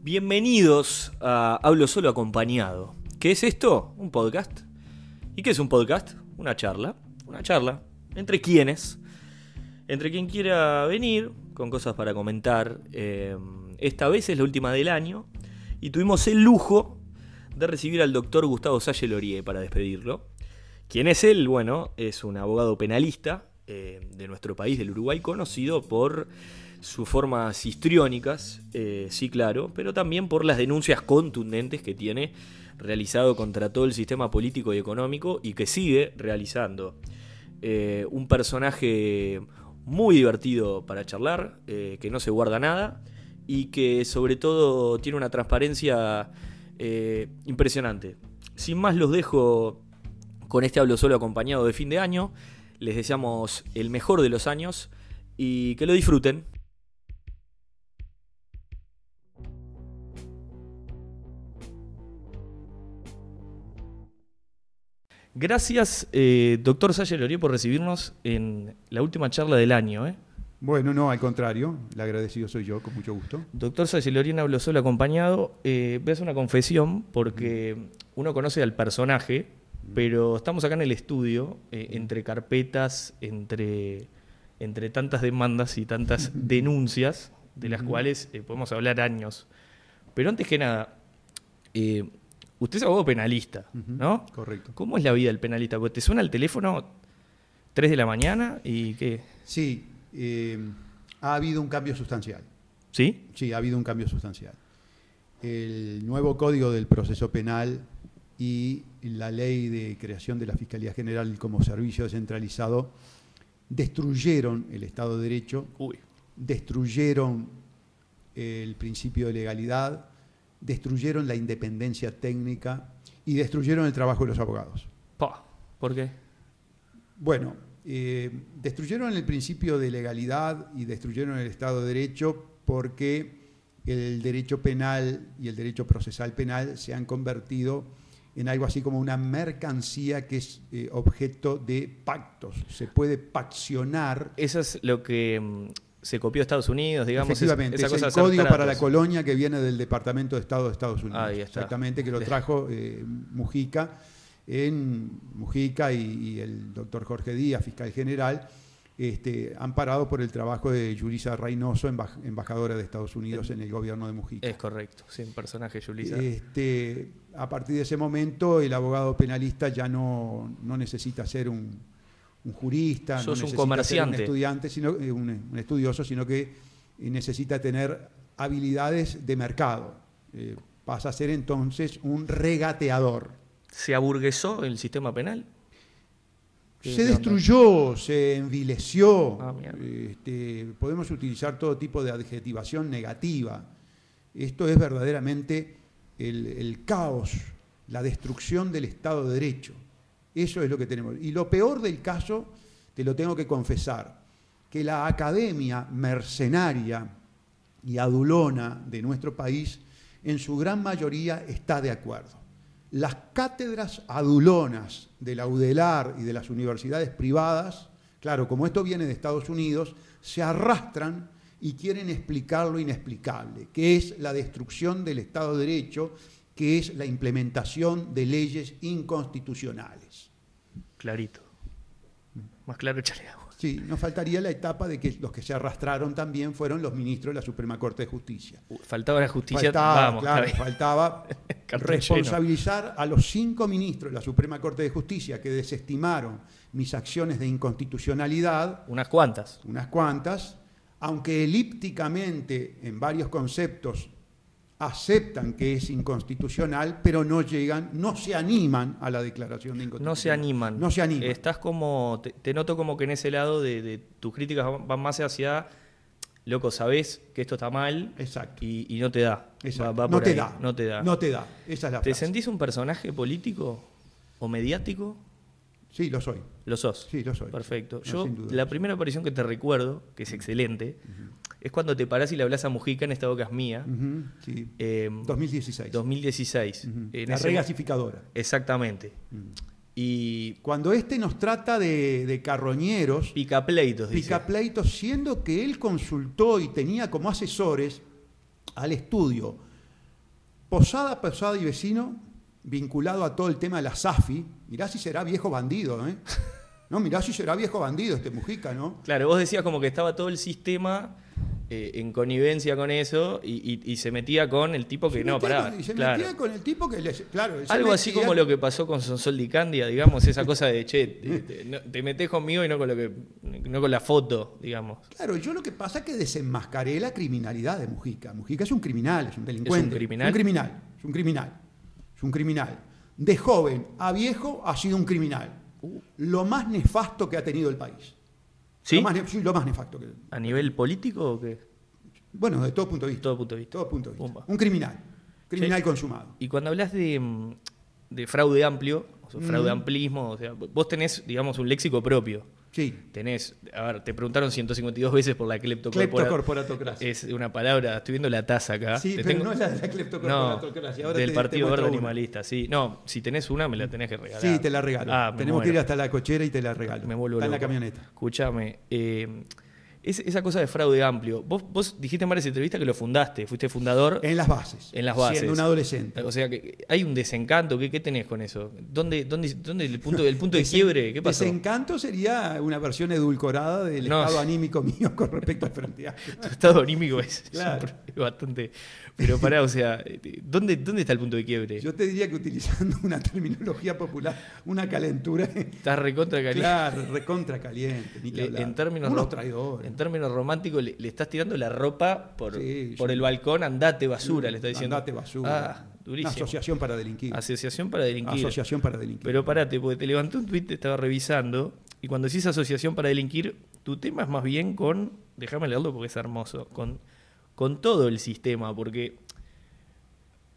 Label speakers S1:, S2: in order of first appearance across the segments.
S1: Bienvenidos a Hablo Solo Acompañado. ¿Qué es esto? Un podcast. ¿Y qué es un podcast? Una charla. Una charla. ¿Entre quiénes? Entre quien quiera venir, con cosas para comentar. Eh, esta vez es la última del año y tuvimos el lujo de recibir al doctor Gustavo Salle Lorie para despedirlo. ¿Quién es él? Bueno, es un abogado penalista eh, de nuestro país, del Uruguay, conocido por sus formas histriónicas, eh, sí, claro, pero también por las denuncias contundentes que tiene realizado contra todo el sistema político y económico y que sigue realizando. Eh, un personaje muy divertido para charlar, eh, que no se guarda nada y que sobre todo tiene una transparencia eh, impresionante. Sin más los dejo con este hablo solo acompañado de fin de año. Les deseamos el mejor de los años y que lo disfruten. Gracias, eh, doctor Sayer Lorie, por recibirnos en la última charla del año. ¿eh?
S2: Bueno, no, al contrario, el agradecido soy yo, con mucho gusto.
S1: Doctor Sayelorín habló solo acompañado. Eh, ves una confesión porque uno conoce al personaje, pero estamos acá en el estudio, eh, entre carpetas, entre, entre tantas demandas y tantas denuncias, de las cuales eh, podemos hablar años. Pero antes que nada, eh, usted es abogado penalista, ¿no?
S2: Correcto.
S1: ¿Cómo es la vida del penalista? Porque te suena el teléfono 3 de la mañana y qué.
S2: Sí, eh, ha habido un cambio sustancial.
S1: ¿Sí?
S2: Sí, ha habido un cambio sustancial. El nuevo código del proceso penal y la ley de creación de la Fiscalía General como servicio descentralizado destruyeron el Estado de Derecho,
S1: Uy.
S2: destruyeron el principio de legalidad, destruyeron la independencia técnica y destruyeron el trabajo de los abogados.
S1: Pa, ¿Por qué?
S2: Bueno, eh, destruyeron el principio de legalidad y destruyeron el Estado de Derecho porque el derecho penal y el derecho procesal penal se han convertido en algo así como una mercancía que es eh, objeto de pactos. Se puede paccionar
S1: Eso es lo que mm, se copió de Estados Unidos, digamos. es-
S2: Efectivamente,
S1: esa
S2: es
S1: cosa de
S2: el
S1: hacer
S2: código para la
S1: tratos.
S2: colonia que viene del Departamento de Estado de Estados Unidos.
S1: Ahí está.
S2: Exactamente, que lo trajo eh, Mujica, en Mujica y, y el doctor Jorge Díaz, fiscal general, este, amparado por el trabajo de Yulisa Reynoso, embaj- embajadora de Estados Unidos
S1: Eh,
S2: en el gobierno de Mujica.
S1: Es correcto, sí, un personaje Yulisa.
S2: Este, a partir de ese momento, el abogado penalista ya no, no necesita ser un, un jurista,
S1: Sos
S2: no
S1: un
S2: necesita
S1: comerciante.
S2: ser un estudiante, sino eh, un, un estudioso, sino que eh, necesita tener habilidades de mercado. Eh, pasa a ser entonces un regateador.
S1: ¿Se aburguesó el sistema penal? ¿Qué
S2: Se
S1: onda?
S2: destruyó, se envileció.
S1: Ah, mierda.
S2: Este, podemos utilizar todo tipo de adjetivación negativa. Esto es verdaderamente el, el caos, la destrucción del Estado de Derecho. Eso es lo que tenemos. Y lo peor del caso, te lo tengo que confesar, que la academia mercenaria y adulona de nuestro país, en su gran mayoría está de acuerdo. Las cátedras adulonas de la UDELAR y de las universidades privadas, claro, como esto viene de Estados Unidos, se arrastran y quieren explicar lo inexplicable, que es la destrucción del Estado de Derecho, que es la implementación de leyes inconstitucionales.
S1: Clarito. Más claro, échale agua.
S2: Sí, nos faltaría la etapa de que los que se arrastraron también fueron los ministros de la Suprema Corte de Justicia.
S1: Uh, Faltaba la justicia.
S2: faltaba,
S1: Vamos,
S2: claro,
S1: está bien.
S2: faltaba
S1: Cartucho
S2: responsabilizar a los cinco ministros de la Suprema Corte de Justicia que desestimaron mis acciones de inconstitucionalidad,
S1: Unas cuantas.
S2: unas cuantas, aunque elípticamente en varios conceptos aceptan que es inconstitucional, pero no llegan, no se animan a la declaración de inconstitucionalidad.
S1: No se animan.
S2: No se animan.
S1: Estás como. Te, te noto como que en ese lado de, de tus críticas van- van más hacia. Loco, sabés que esto está mal
S2: Exacto.
S1: y, y no te da.
S2: exacto.
S1: Va- va
S2: no
S1: por
S2: te
S1: ahí.
S2: da.
S1: No te da.
S2: No te da. Esa es la
S1: ¿Te
S2: frase.
S1: sentís un personaje político o mediático?
S2: Sí, lo soy.
S1: Lo sos.
S2: Sí, lo soy.
S1: Perfecto.
S2: No,
S1: Yo,
S2: sin duda.
S1: la primera aparición que te recuerdo, que es excelente, es cuando te parás y le hablas a Mujica en esta boca es mía,
S2: Ujú, sí.
S1: eh,
S2: 2016.
S1: 2016.
S2: Ujú.
S1: En
S2: La
S1: ese mo-
S2: regasificadora.
S1: Exactamente. Y
S2: Cuando este nos trata de, de carroñeros,
S1: picapleitos, dice.
S2: picapleitos, siendo que él consultó y tenía como asesores al estudio Posada, Posada y Vecino, vinculado a todo el tema de la SAFI, mirá si será viejo bandido, ¿eh? No, mirá si será viejo bandido este Mujica, ¿no?
S1: Claro, vos decías como que estaba todo el sistema eh, en connivencia con eso y, y- y se metía con el tipo que
S2: Se
S1: no
S2: metía
S1: paraba.
S2: con- y se
S1: Claro.
S2: metía con el tipo que les, claro, él se
S1: Algo así
S2: metía-
S1: como lo que pasó con Sonsol Di Candia, digamos, esa cosa de che, te, te- no- te metés conmigo y no con lo que no con la foto, digamos.
S2: Claro, yo lo que pasa es que desenmascaré la criminalidad de Mujica. Mujica es un criminal, es un delincuente.
S1: criminal?
S2: Es un criminal, es un criminal. Es un criminal. De joven a viejo ha sido un criminal. Lo más nefasto que ha tenido el país.
S1: Uh. ¿Sí?
S2: Lo más, ne- sí, lo más nefasto. que-
S1: ¿A nivel político o qué?
S2: bueno, de todo punto de vista.
S1: Todo punto de vista.
S2: Todo punto de vista.
S1: Pumba.
S2: Un criminal. Criminal consumado.
S1: Y cuando hablas de, mm, de fraude amplio, o sea, fraude
S2: Mm.
S1: amplismo, o sea, vos tenés, digamos, un léxico propio.
S2: Sí.
S1: Tenés, a ver, te preguntaron 152 veces por la cleptocorporación.
S2: Cleptocorporatocracia.
S1: Es una palabra, estoy viendo la taza acá.
S2: Sí,
S1: Te
S2: pero no es la de la cleptocorporatocracia. Ahora
S1: del
S2: te- te
S1: Partido
S2: muestro
S1: Verde
S2: una.
S1: Animalista, sí. No, si tenés una me la tenés que regalar.
S2: Sí, te la regalo.
S1: Ah, me
S2: Tenemos que ir
S1: muero.
S2: hasta la cochera y te la regalo.
S1: Me vuelvo
S2: Está en la
S1: loco.
S2: camioneta.
S1: Escúchame, eh, es- esa cosa de fraude amplio. Vos, vos dijiste en varias entrevistas que lo fundaste, fuiste fundador
S2: En las bases.
S1: en las bases.
S2: Siendo un adolescente.
S1: O sea, que hay un desencanto. ¿Qué, qué tenés con eso? ¿Dónde, dónde, dónde el punto, el punto de
S2: Desen-
S1: quiebre? ¿Qué pasó?
S2: Desencanto sería una versión edulcorada del
S1: No.
S2: estado anímico mío con respecto al Frente Amplio.
S1: Tu estado anímico es,
S2: Claro.
S1: es bastante. Pero pará, o sea, ¿dónde, ¿dónde está el punto de quiebre?
S2: Yo te diría que utilizando una terminología popular, una calentura.
S1: Estás recontra caliente.
S2: Claro, recontra caliente. Ni que
S1: Le-
S2: hablar.
S1: en, términos
S2: Unos
S1: ro-
S2: traidores.
S1: en términos románticos, le, le estás tirando la ropa por,
S2: Sí,
S1: por
S2: sí.
S1: el balcón, andate basura, le estás diciendo.
S2: Andate basura.
S1: Ah,
S2: Una
S1: durísimo. Asociación.
S2: asociación para delinquir.
S1: para delinquir.
S2: Asociación para delinquir.
S1: Pero parate, porque te levanté un tuit, te estaba revisando, y cuando decís asociación para delinquir, tu tema es más bien con, déjame leerlo porque es hermoso, con, con todo el sistema, porque,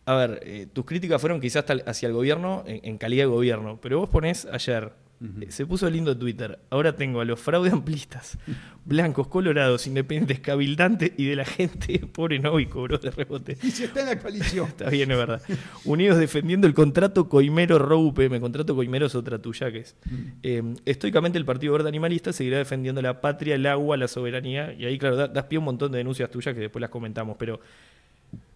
S1: a ver, eh, tus críticas fueron quizás tal- hacia el gobierno, en, en calidad de gobierno, pero vos ponés ayer,
S2: Ujú.
S1: eh, se puso lindo Twitter, ahora tengo a los fraude amplistas, blancos, colorados, independientes, cabildantes y de la gente, pobre y cobró de rebote.
S2: Y si está en la coalición.
S1: Está bien, es verdad. Unidos defendiendo el contrato Coimero Row UPM. Contrato Coimero es otra tuya que es. Eh, estoicamente el Partido Verde Animalista seguirá defendiendo la patria, el agua, la soberanía. Y ahí, claro, da- das pie a un montón de denuncias tuyas que después las comentamos. Pero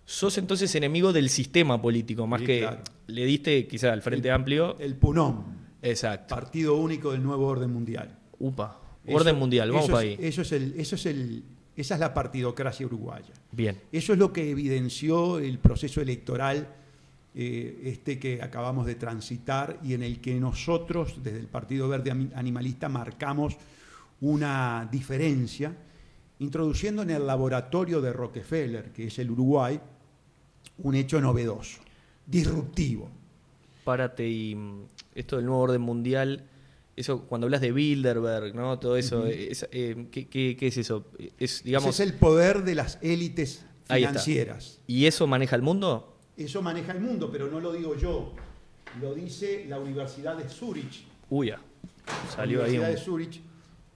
S1: sos entonces enemigo del sistema político, más
S2: Sí,
S1: que
S2: claro.
S1: le diste quizá al Frente Amplio.
S2: El PUNOM,
S1: Exacto.
S2: Partido Único del Nuevo Orden Mundial.
S1: UPA.
S2: Eso-
S1: Orden Mundial, vamos
S2: eso
S1: para ahí.
S2: es- eh Eso es el, eso es el, esa es la partidocracia uruguaya.
S1: bien.
S2: Eso es lo que evidenció el proceso electoral eh, este que acabamos de transitar y en el que nosotros, desde el Partido Verde Ami- Animalista, marcamos una diferencia, introduciendo en el laboratorio de Rockefeller, que es el Uruguay, un hecho novedoso, disruptivo.
S1: Párate y mm, esto del nuevo orden mundial, eso cuando hablas de Bilderberg, ¿no? Todo eso, es, eh, ¿qué, qué, qué es eso? Es, digamos,
S2: Ese es el poder de las élites
S1: Ahí está.
S2: financieras.
S1: ¿Y eso maneja el mundo?
S2: Eso maneja el mundo, pero no lo digo yo. Lo dice la Universidad de Zurich.
S1: Uy, ah, salió
S2: la
S1: ahí
S2: Universidad
S1: un
S2: de Zurich,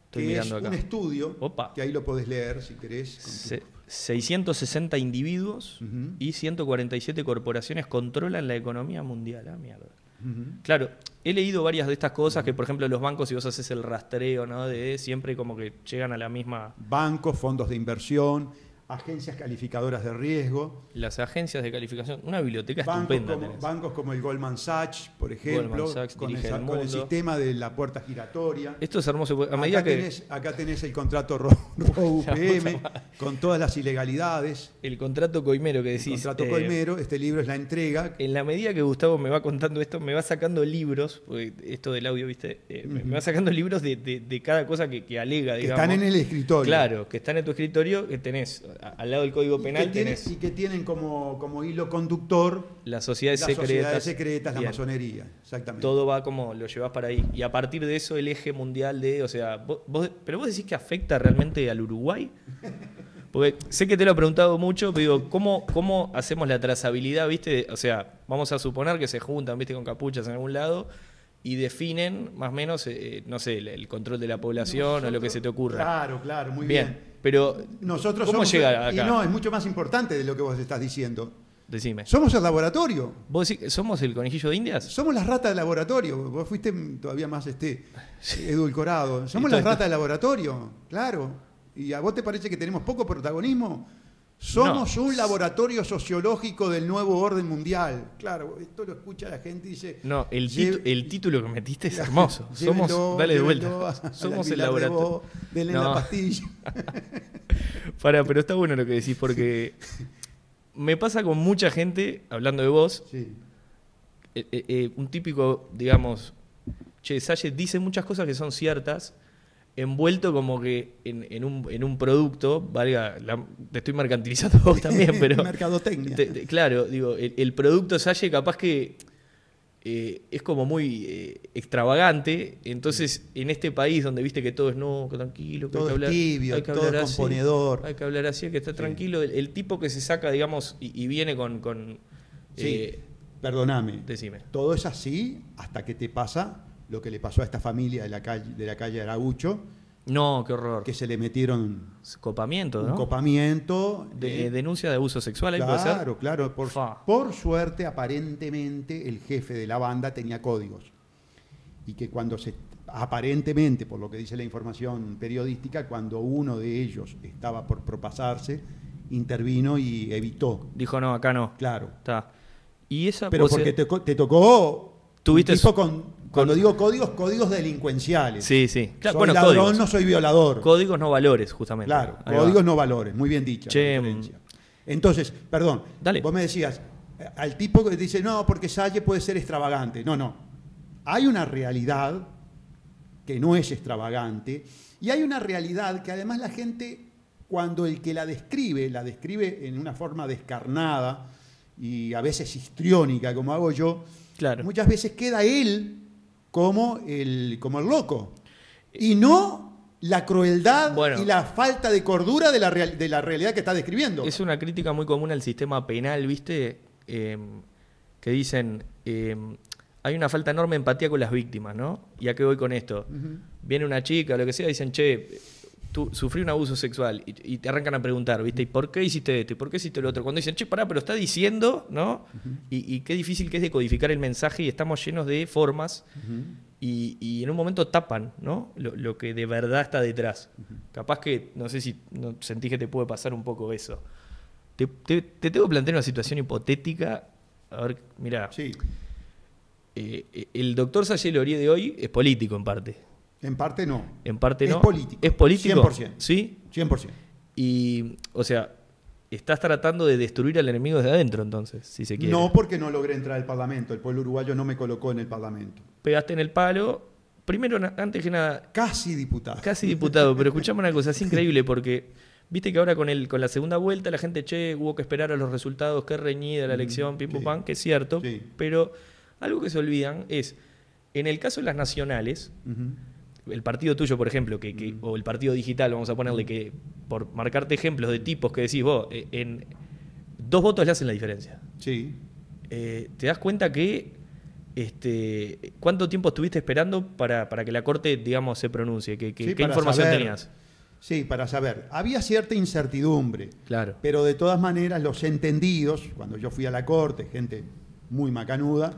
S1: Estoy
S2: que es
S1: mirando acá.
S2: un estudio,
S1: Opa.
S2: que ahí lo podés leer si querés. con tu-
S1: se- 660 individuos
S2: Ujú.
S1: y 147 corporaciones controlan la economía mundial. Ah, mierda.
S2: Ujú.
S1: Claro, he leído varias de estas cosas que, por ejemplo, los bancos, si vos haces el rastreo, ¿no? De siempre como que llegan a la misma.
S2: Bancos, fondos de inversión, agencias calificadoras de riesgo,
S1: Las agencias de calificación, una biblioteca
S2: bancos
S1: estupenda.
S2: como,
S1: tenés.
S2: bancos como el Goldman Sachs, por ejemplo,
S1: Goldman Sachs
S2: con,
S1: dirige
S2: el,
S1: el
S2: con el
S1: mundo.
S2: sistema de la puerta giratoria.
S1: Esto es hermoso. porque A medida
S2: Acá
S1: que
S2: tenés, acá tenés el contrato RO-UPM con todas las ilegalidades.
S1: el contrato coimero que
S2: El
S1: decís.
S2: contrato
S1: eh,
S2: Colmero, este libro es la entrega.
S1: En la medida que Gustavo me va contando esto, me va sacando libros, porque esto del audio, ¿viste? Eh, me- Me va sacando libros de, de- de cada cosa que, que alega,
S2: Que
S1: digamos.
S2: están en el escritorio.
S1: Claro, que están en tu escritorio, que tenés a- al lado del Código Penal,
S2: y, que tienen,
S1: tenés
S2: y que tienen como, como hilo conductor
S1: las sociedades
S2: las
S1: secretas.
S2: sociedades secretas, la
S1: Bien.
S2: masonería. Exactamente.
S1: Todo va como lo llevas para ahí. Y a partir de eso, el eje mundial de. O sea, vos- vos- pero vos decís que afecta realmente al Uruguay. Porque sé que te lo he preguntado mucho, pero digo, ¿cómo, ¿cómo hacemos la trazabilidad, viste? O sea, vamos a suponer que se juntan, viste, con capuchas en algún lado y definen más o menos, eh, no sé, el, el control de la población o lo que se te ocurra.
S2: Claro, claro, Ah, muy
S1: bien.
S2: bien.
S1: pero
S2: Nosotros
S1: ¿cómo
S2: somos-
S1: llega
S2: Y
S1: acá?
S2: no, es mucho más importante de lo que vos estás diciendo.
S1: Decime.
S2: Somos el laboratorio.
S1: ¿Vos decís que somos el conejillo de indias?
S2: Somos las ratas de laboratorio. Vos fuiste mm, todavía más este edulcorado. Somos las ratas de laboratorio, claro. ¿Y a vos te parece que tenemos poco protagonismo? Somos un laboratorio sociológico del nuevo orden mundial. Claro, esto lo escucha la gente y dice.
S1: No, el,
S2: Lleve-
S1: titu- el título que metiste es hermoso.
S2: llévenlo,
S1: Somos, dale de
S2: llévenlo
S1: vuelta.
S2: a- a la
S1: Somos el
S2: Pilar de
S1: laboratorio.
S2: Bo, denle la
S1: No.
S2: pastilla.
S1: Para, pero está bueno lo que decís porque me pasa con mucha gente hablando de vos,
S2: Sí.
S1: eh, eh, eh, un típico, digamos, che, Salle dice muchas cosas que son ciertas, envuelto como que en, en un, en un producto, valga, la- te estoy mercantilizando a vos también, pero...
S2: Mercadotecnia.
S1: Te- te- claro, digo, el, el producto Salle capaz que eh, es como muy eh, extravagante. Entonces, en este país donde viste que todo es no, que tranquilo, que hay
S2: Todo es
S1: que hablar,
S2: tibio,
S1: hay que
S2: todo
S1: hablar
S2: es
S1: así,
S2: componedor.
S1: hay que hablar así, hay que estar tranquilo. El, el tipo que se saca, digamos, y, y viene con. con,
S2: Sí,
S1: eh,
S2: perdóname.
S1: decime.
S2: Todo es así hasta que te pasa lo que le pasó a esta familia de la calle, de la calle Aragucho,
S1: No, qué horror.
S2: que se le metieron
S1: Es Copamiento,
S2: un
S1: ¿no?
S2: copamiento.
S1: De-
S2: eh,
S1: denuncia de abuso sexual, ahí puede ser.
S2: claro, claro. Por,
S1: Fa.
S2: por suerte, aparentemente, el jefe de la banda tenía códigos. Y que cuando se. Aparentemente, por lo que dice la información periodística, cuando uno de ellos estaba por propasarse, intervino y evitó.
S1: Dijo, no, acá no.
S2: Claro.
S1: Está. Y esa
S2: Pero
S1: vos-
S2: porque te, co- te tocó.
S1: Tuviste
S2: un tipo
S1: su-
S2: con, cuando digo códigos, códigos delincuenciales.
S1: Sí, sí. Claro,
S2: soy
S1: bueno,
S2: ladrón,
S1: códigos.
S2: no soy violador.
S1: Códigos no valores, justamente.
S2: claro,
S1: Ahí va.
S2: códigos no valores, muy bien dicha.
S1: Che,
S2: la diferencia. Entonces, perdón,
S1: Dale.
S2: vos me decías, eh, al tipo que dice, no, porque Salle puede ser extravagante. No, no. Hay una realidad que no es extravagante y hay una realidad que además la gente, cuando el que la describe, la describe en una forma descarnada y a veces histriónica, como hago yo,
S1: Claro.
S2: muchas veces queda él como el, como el loco. Y no la crueldad
S1: Eh, Bueno.
S2: y la falta de cordura de la, real- de la realidad que está describiendo.
S1: Es una crítica muy común al sistema penal, ¿viste? Eh, que dicen, eh, hay una falta enorme de empatía con las víctimas, ¿no? ¿Y a qué voy con esto? Viene una chica, lo que sea, dicen, che, tú sufrí un abuso sexual y, y te arrancan a preguntar, ¿viste? ¿Y por qué hiciste esto? ¿Y por qué hiciste lo otro? Cuando dicen, che, pará, pero está diciendo, ¿no? y, y qué difícil que es decodificar el mensaje y estamos llenos de formas y, y en un momento tapan ¿no? lo, lo que de verdad está detrás. Capaz que, no sé si no, sentís que te puede pasar un poco eso. Te, te- te tengo que plantear una situación hipotética. A ver, mira,
S2: Sí,
S1: el doctor Sayel Orie de hoy es político en parte.
S2: en parte no.
S1: En parte
S2: Es
S1: no.
S2: político,
S1: Es político.
S2: 100%.
S1: Sí.
S2: 100%.
S1: Y, o sea, estás tratando de destruir al enemigo desde adentro, entonces, si se quiere.
S2: No porque no logré entrar al Parlamento. El pueblo uruguayo no me colocó en el Parlamento.
S1: Pegaste en el palo. Primero, na- antes que nada,
S2: Casi diputado.
S1: Casi diputado, pero escuchame una cosa, es increíble porque viste que ahora con el con la segunda vuelta la gente, che, hubo que esperar a los resultados, qué reñida la elección, pim pum
S2: Mm, sí.
S1: pam, que es cierto,
S2: Sí.
S1: pero algo que se olvidan es, en el caso de las nacionales,
S2: Ujú.
S1: el partido tuyo, por ejemplo, que,
S2: Mm.
S1: que- o el partido digital, vamos a ponerle que, por marcarte ejemplos de tipos que decís vos, eh, en dos votos le hacen la diferencia.
S2: Sí.
S1: Eh, te das cuenta que este, cuánto tiempo estuviste esperando para, para que la corte, digamos, se pronuncie, que, que-
S2: Sí,
S1: qué
S2: para
S1: información
S2: saber.
S1: tenías.
S2: Sí, para saber. Había cierta incertidumbre.
S1: Claro.
S2: Pero de todas maneras, los entendidos, cuando yo fui a la corte, gente muy macanuda,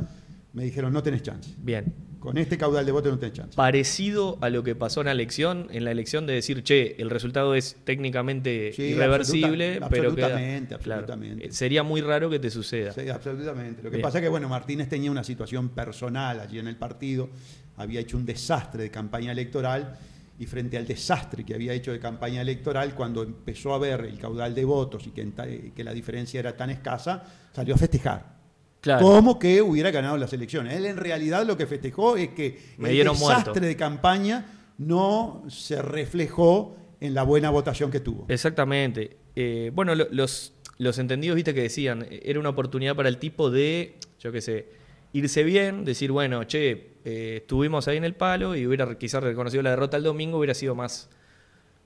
S2: me dijeron: no tenés chance.
S1: Bien.
S2: Con este caudal de votos no tenés chance.
S1: Parecido a lo que pasó en la elección, en la elección de decir, che, el resultado es técnicamente
S2: Sí,
S1: irreversible,
S2: absoluta-
S1: pero queda-
S2: absolutamente,
S1: Claro.
S2: absolutamente.
S1: Eh, sería muy raro que te suceda.
S2: Sí, absolutamente. Lo que
S1: Bien.
S2: pasa es que, bueno, Martínez tenía una situación personal allí en el partido, había hecho un desastre de campaña electoral y frente al desastre que había hecho de campaña electoral, cuando empezó a ver el caudal de votos y que, en ta- eh, que la diferencia era tan escasa, salió a festejar.
S1: Claro.
S2: Como que hubiera ganado las elecciones. Él en realidad lo que festejó es que
S1: Me
S2: el
S1: dieron
S2: desastre
S1: muerto.
S2: de campaña no se reflejó en la buena votación que tuvo.
S1: Exactamente. Eh, bueno, lo- los, los entendidos, viste, que decían, eh, era una oportunidad para el tipo de, yo qué sé, irse bien, decir, bueno, che, eh, estuvimos ahí en el palo y hubiera quizás reconocido la derrota el domingo, hubiera sido más,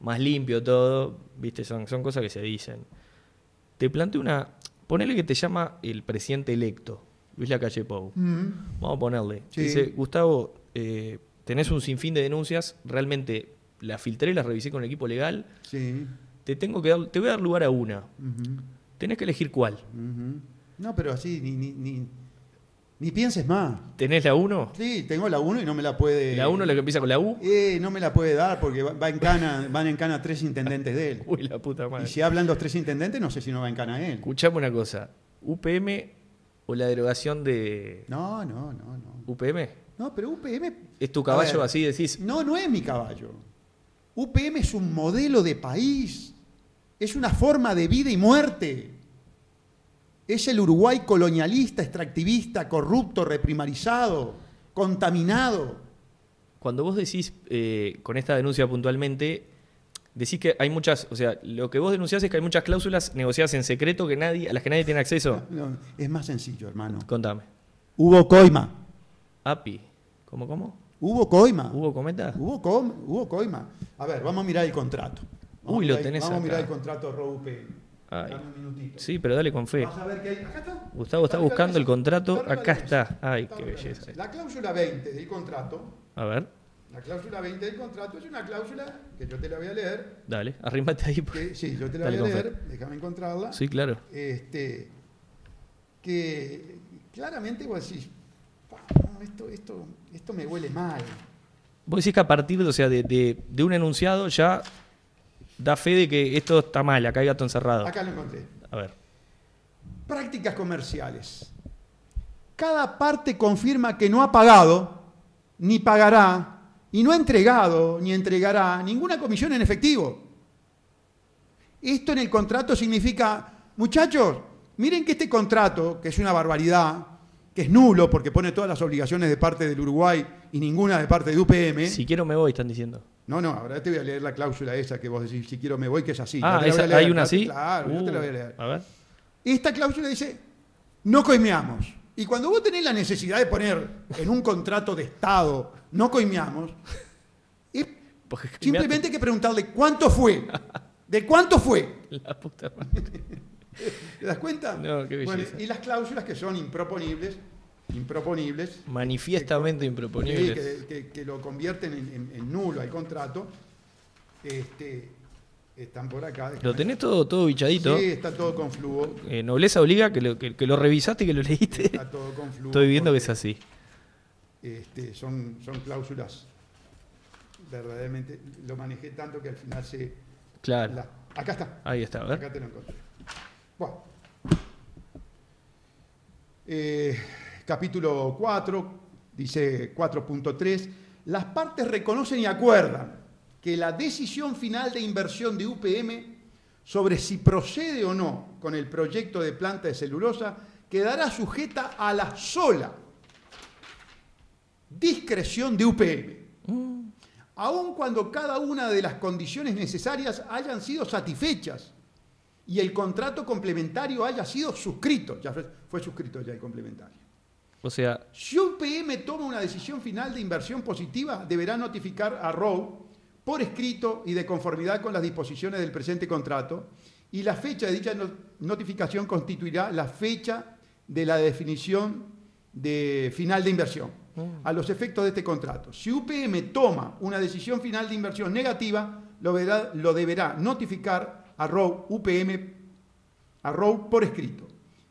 S1: más limpio todo, viste, son, son cosas que se dicen. Te planteo una, ponele que te llama el presidente electo, Luis Lacalle Pou.
S2: Mm.
S1: Vamos a ponerle.
S2: Sí.
S1: Dice, Gustavo, eh, tenés un sinfín de denuncias, realmente las filtré, las revisé con el equipo legal,
S2: Sí.
S1: te tengo que dar, te voy a dar lugar a una.
S2: Ujú.
S1: Tenés que elegir cuál.
S2: Ujú. No, pero así, ni, ni, ni- Ni pienses más.
S1: ¿Tenés la 1?
S2: Sí, tengo la 1 y no me la puede.
S1: La 1 es la que empieza con la U.
S2: Eh, no me la puede dar porque va, va en cana, van en cana tres intendentes de él.
S1: Uy, la puta
S2: Y
S1: madre.
S2: si hablan los tres intendentes, no sé si no va en cana él.
S1: Escuchame una cosa. ¿UPM o la derogación de
S2: No, no, no, no.
S1: UPM?
S2: No, pero UPM.
S1: ¿Es tu
S2: A
S1: caballo
S2: ver,
S1: así decís?
S2: No, no es mi caballo. UPM es un modelo de país. Es una forma de vida y muerte. Es el Uruguay colonialista, extractivista, corrupto, reprimarizado, contaminado.
S1: Cuando vos decís eh, con esta denuncia puntualmente, decís que hay muchas, o sea, lo que vos denunciás es que hay muchas cláusulas negociadas en secreto que nadie, a las que nadie tiene acceso.
S2: No, es más sencillo, hermano.
S1: Contame.
S2: Hubo coima.
S1: API. ¿Cómo, cómo?
S2: Hubo coima.
S1: ¿Hubo cometa?
S2: Hubo, com- hubo coima. A ver, vamos a mirar el contrato. Vamos
S1: Uy,
S2: a
S1: lo
S2: mirar-
S1: tenés
S2: Vamos a mirar el
S1: acá.
S2: contrato ROUP.
S1: Ay.
S2: Dame un minutito.
S1: Sí, pero dale con fe.
S2: Vas a ver que hay- acá está.
S1: Gustavo está
S2: arriba de la
S1: buscando el
S2: mesa.
S1: contrato.
S2: arriba de la
S1: Acá
S2: mesa.
S1: está. Ay, qué
S2: arriba de la
S1: belleza.
S2: mesa. La cláusula 20 del contrato,
S1: A ver,
S2: la cláusula 20 del contrato es una cláusula que yo te la voy a leer.
S1: dale, arrímate ahí. por-
S2: que- sí, yo te la
S1: Dale,
S2: voy a
S1: con
S2: leer, déjame encontrarla.
S1: Sí, claro.
S2: Este, que claramente vos decís, "Pa, no, esto, esto, esto me huele mal.
S1: Vos decís que a partir de, o sea, de, de- de un enunciado ya da fe de que esto está mal, acá hay gato encerrado.
S2: Acá lo encontré.
S1: A ver.
S2: Prácticas comerciales. Cada parte confirma que no ha pagado, ni pagará, y no ha entregado, ni entregará ninguna comisión en efectivo. Esto en el contrato significa, muchachos, miren que este contrato, que es una barbaridad, que es nulo porque pone todas las obligaciones de parte del Uruguay y ninguna de parte de UPM.
S1: Si quiero me voy, están diciendo.
S2: No, no, ahora te voy a leer la cláusula esa que vos decís, si quiero me voy, que es así. Yo
S1: ah,
S2: te la voy
S1: esa-
S2: a leer,
S1: hay una
S2: claro,
S1: así.
S2: Claro, yo te la voy a
S1: Uh,
S2: leer.
S1: A ver.
S2: Esta cláusula dice, no coimeamos. Y cuando vos tenés la necesidad de poner en un contrato de Estado, no coimeamos, es
S1: Porque
S2: simplemente hay que preguntarle cuánto fue. ¿De cuánto fue?
S1: La puta madre.
S2: ¿Te das cuenta?
S1: No, qué
S2: Bueno,
S1: belleza.
S2: y las cláusulas que son improponibles, improponibles,
S1: Manifiestamente
S2: sí,
S1: improponible.
S2: que, que- que lo convierten en, en- en nulo al contrato, este, están por acá.
S1: Lo tenés todo, todo bichadito.
S2: Sí, está todo con flujo.
S1: Eh, nobleza obliga que lo, que, que lo revisaste y que lo leíste.
S2: Está todo con flujo
S1: Estoy viendo que
S2: porque-
S1: es así.
S2: Este, son, son cláusulas verdaderamente. Lo manejé tanto que al final se.
S1: Claro.
S2: la- acá está.
S1: Ahí está, a ver.
S2: Acá te lo encontré. Bueno. Eh, capítulo 4, dice 4.3. Las partes reconocen y acuerdan que la decisión final de inversión de UPM sobre si procede o no con el proyecto de planta de celulosa quedará sujeta a la sola discreción de UPM,
S1: Mm.
S2: aun cuando cada una de las condiciones necesarias hayan sido satisfechas y el contrato complementario haya sido suscrito. Ya fue, fue suscrito ya el complementario.
S1: O sea,
S2: Si UPM toma una decisión final de inversión positiva, deberá notificar a Rowe por escrito y de conformidad con las disposiciones del presente contrato, y la fecha de dicha no- notificación constituirá la fecha de la definición de final de inversión a los efectos de este contrato. Si UPM toma una decisión final de inversión negativa, lo, verá- lo deberá notificar a Rowe UPM a Rowe por escrito.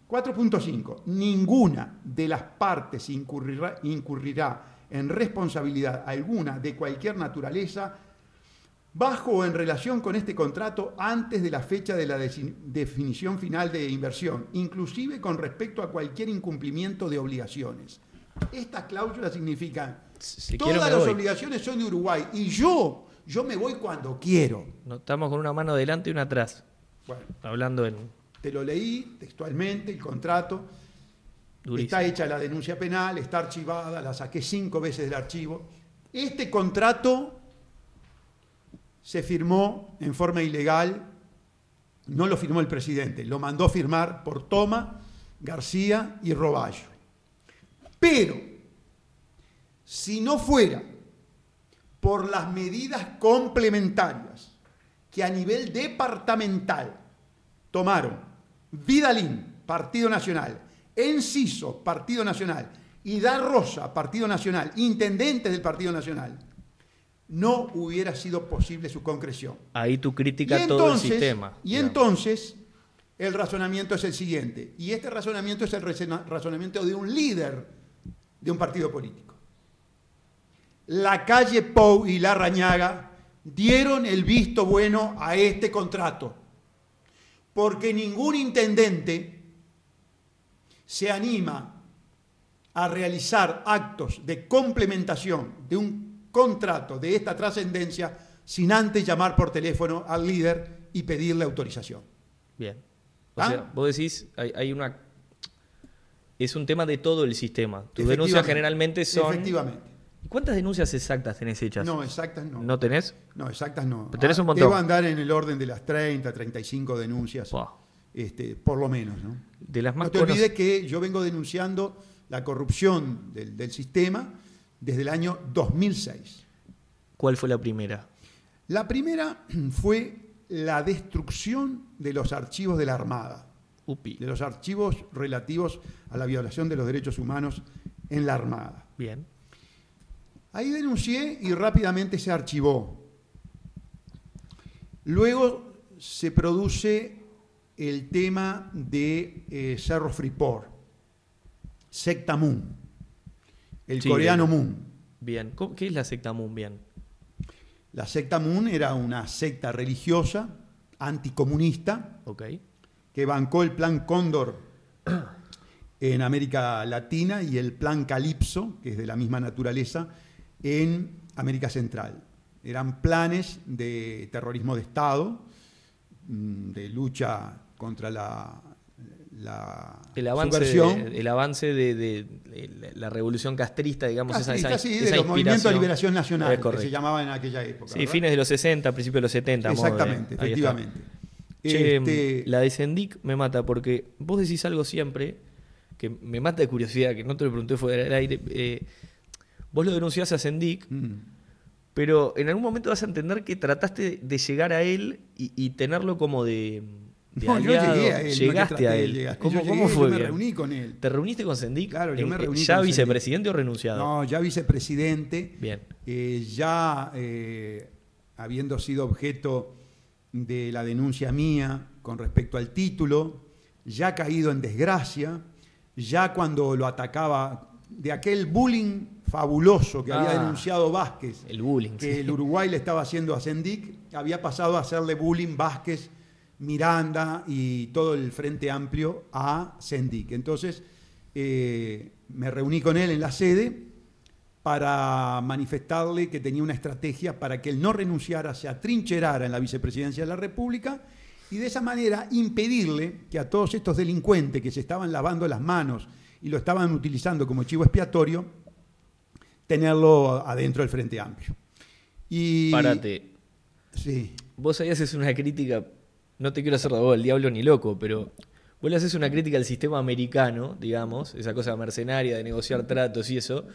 S2: 4.5. Ninguna de las partes incurrirá, incurrirá en responsabilidad alguna de cualquier naturaleza bajo o en relación con este contrato antes de la fecha de la desi- definición final de inversión, inclusive con respecto a cualquier incumplimiento de obligaciones. Estas cláusulas significan
S1: si quiero
S2: todas
S1: me
S2: las
S1: voy.
S2: obligaciones son de Uruguay y yo, yo me voy cuando quiero.
S1: No, estamos con una mano adelante y una atrás.
S2: Bueno,
S1: Hablando en
S2: te lo leí textualmente, el contrato,
S1: durísimo.
S2: Está hecha la denuncia penal, está archivada, la saqué cinco veces del archivo. Este contrato se firmó en forma ilegal, no lo firmó el presidente, lo mandó firmar por Toma, García y Roballo. Pero, si no fuera por las medidas complementarias que a nivel departamental tomaron Vidalín, Partido Nacional, Enciso, Partido Nacional, y Da Rosa, Partido Nacional, intendentes del Partido Nacional, no hubiera sido posible su concreción.
S1: Ahí tú
S2: Y
S1: criticas todo el
S2: entonces,
S1: sistema.
S2: y
S1: digamos.
S2: entonces, el razonamiento es el siguiente, y este razonamiento es el resena- razonamiento de un líder de un partido político. La calle Pou y la Rañaga dieron el visto bueno a este contrato, porque ningún intendente se anima a realizar actos de complementación de un contrato de esta trascendencia sin antes llamar por teléfono al líder y pedirle autorización.
S1: Bien. O
S2: ¿Ah?
S1: sea, vos decís, hay, hay una... Es un tema de todo el sistema. Tus denuncias
S2: Efectivamente.
S1: generalmente son...
S2: Efectivamente.
S1: ¿Y ¿Cuántas denuncias exactas tenés hechas?
S2: No, exactas no.
S1: ¿No tenés?
S2: No, exactas no. Ah,
S1: Pero tenés un montón.
S2: Debo andar en el orden de las 30, 35 denuncias,
S1: Buah.
S2: este, por lo menos. ¿no?
S1: De las más
S2: No te
S1: conoc-
S2: olvides que yo vengo denunciando la corrupción del, del sistema desde el año 2006.
S1: ¿Cuál fue la primera?
S2: La primera fue la destrucción de los archivos de la Armada,
S1: Upi.
S2: de los archivos relativos a la violación de los derechos humanos en la Armada.
S1: Bien.
S2: Ahí denuncié y rápidamente se archivó. Luego se produce el tema de eh, Cerro Freeport, Secta Moon, el
S1: Sí,
S2: coreano
S1: bien.
S2: Moon.
S1: Bien. ¿Cómo- ¿Qué es la secta Moon? Bien.
S2: La Secta Moon era una secta religiosa anticomunista
S1: Ok.
S2: que bancó el Plan Cóndor en América Latina y el Plan Calipso, que es de la misma naturaleza, en América Central. Eran planes de terrorismo de Estado, mm, de lucha contra la, la
S1: El avance,
S2: subversión.
S1: de, el avance de, de- de la- la revolución castrista, digamos, esa-
S2: Castrista,
S1: esa,
S2: sí,
S1: esa
S2: de los movimientos de
S1: inspiración.
S2: liberación nacional,
S1: Eh,
S2: que se
S1: correcto.
S2: llamaba en aquella época.
S1: Sí,
S2: ¿verdad?
S1: fines de los 60, principios de los 70. a modo de-
S2: Exactamente,
S1: ahí está.
S2: efectivamente.
S1: Che,
S2: Este,
S1: Em, la de Sendik me mata porque vos decís algo siempre que me mata de curiosidad, que no te lo pregunté fuera del aire. eh, vos lo denunciás a Sendik,
S2: mm.
S1: pero en algún momento vas a entender que trataste de llegar a él y, y tenerlo como de, de
S2: No, yo
S1: aliado.
S2: llegué a él. no es que
S1: Llegaste
S2: traté
S1: a
S2: de
S1: él.
S2: llegar. Yo
S1: ¿Cómo,
S2: llegué,
S1: cómo fue?
S2: yo me
S1: bien?
S2: reuní con él.
S1: ¿Te reuniste con Sendik?
S2: Claro, yo
S1: En-
S2: me
S1: en-
S2: reuní
S1: ¿Ya
S2: con Sendik.
S1: vicepresidente o renunciado?
S2: No, ya vicepresidente.
S1: Bien.
S2: eh, ya eh, habiendo sido objeto de la denuncia mía con respecto al título, ya caído en desgracia, ya cuando lo atacaba de aquel bullying fabuloso que había
S1: Ah.
S2: denunciado Vázquez,
S1: El bullying.
S2: que
S1: sí.
S2: el Uruguay le estaba haciendo a Sendic, había pasado a hacerle bullying Vázquez, Miranda y todo el Frente Amplio a Sendic. Entonces eh, me reuní con él en la sede para manifestarle que tenía una estrategia para que él no renunciara, se atrincherara en la vicepresidencia de la República y de esa manera impedirle que a todos estos delincuentes que se estaban lavando las manos y lo estaban utilizando como chivo expiatorio, tenerlo adentro del Frente Amplio. Y,
S1: Parate.
S2: Sí.
S1: Vos ahí haces una crítica, no te quiero hacer de vos el diablo ni loco, pero vos le haces una crítica al sistema americano, digamos, esa cosa mercenaria de negociar tratos y eso,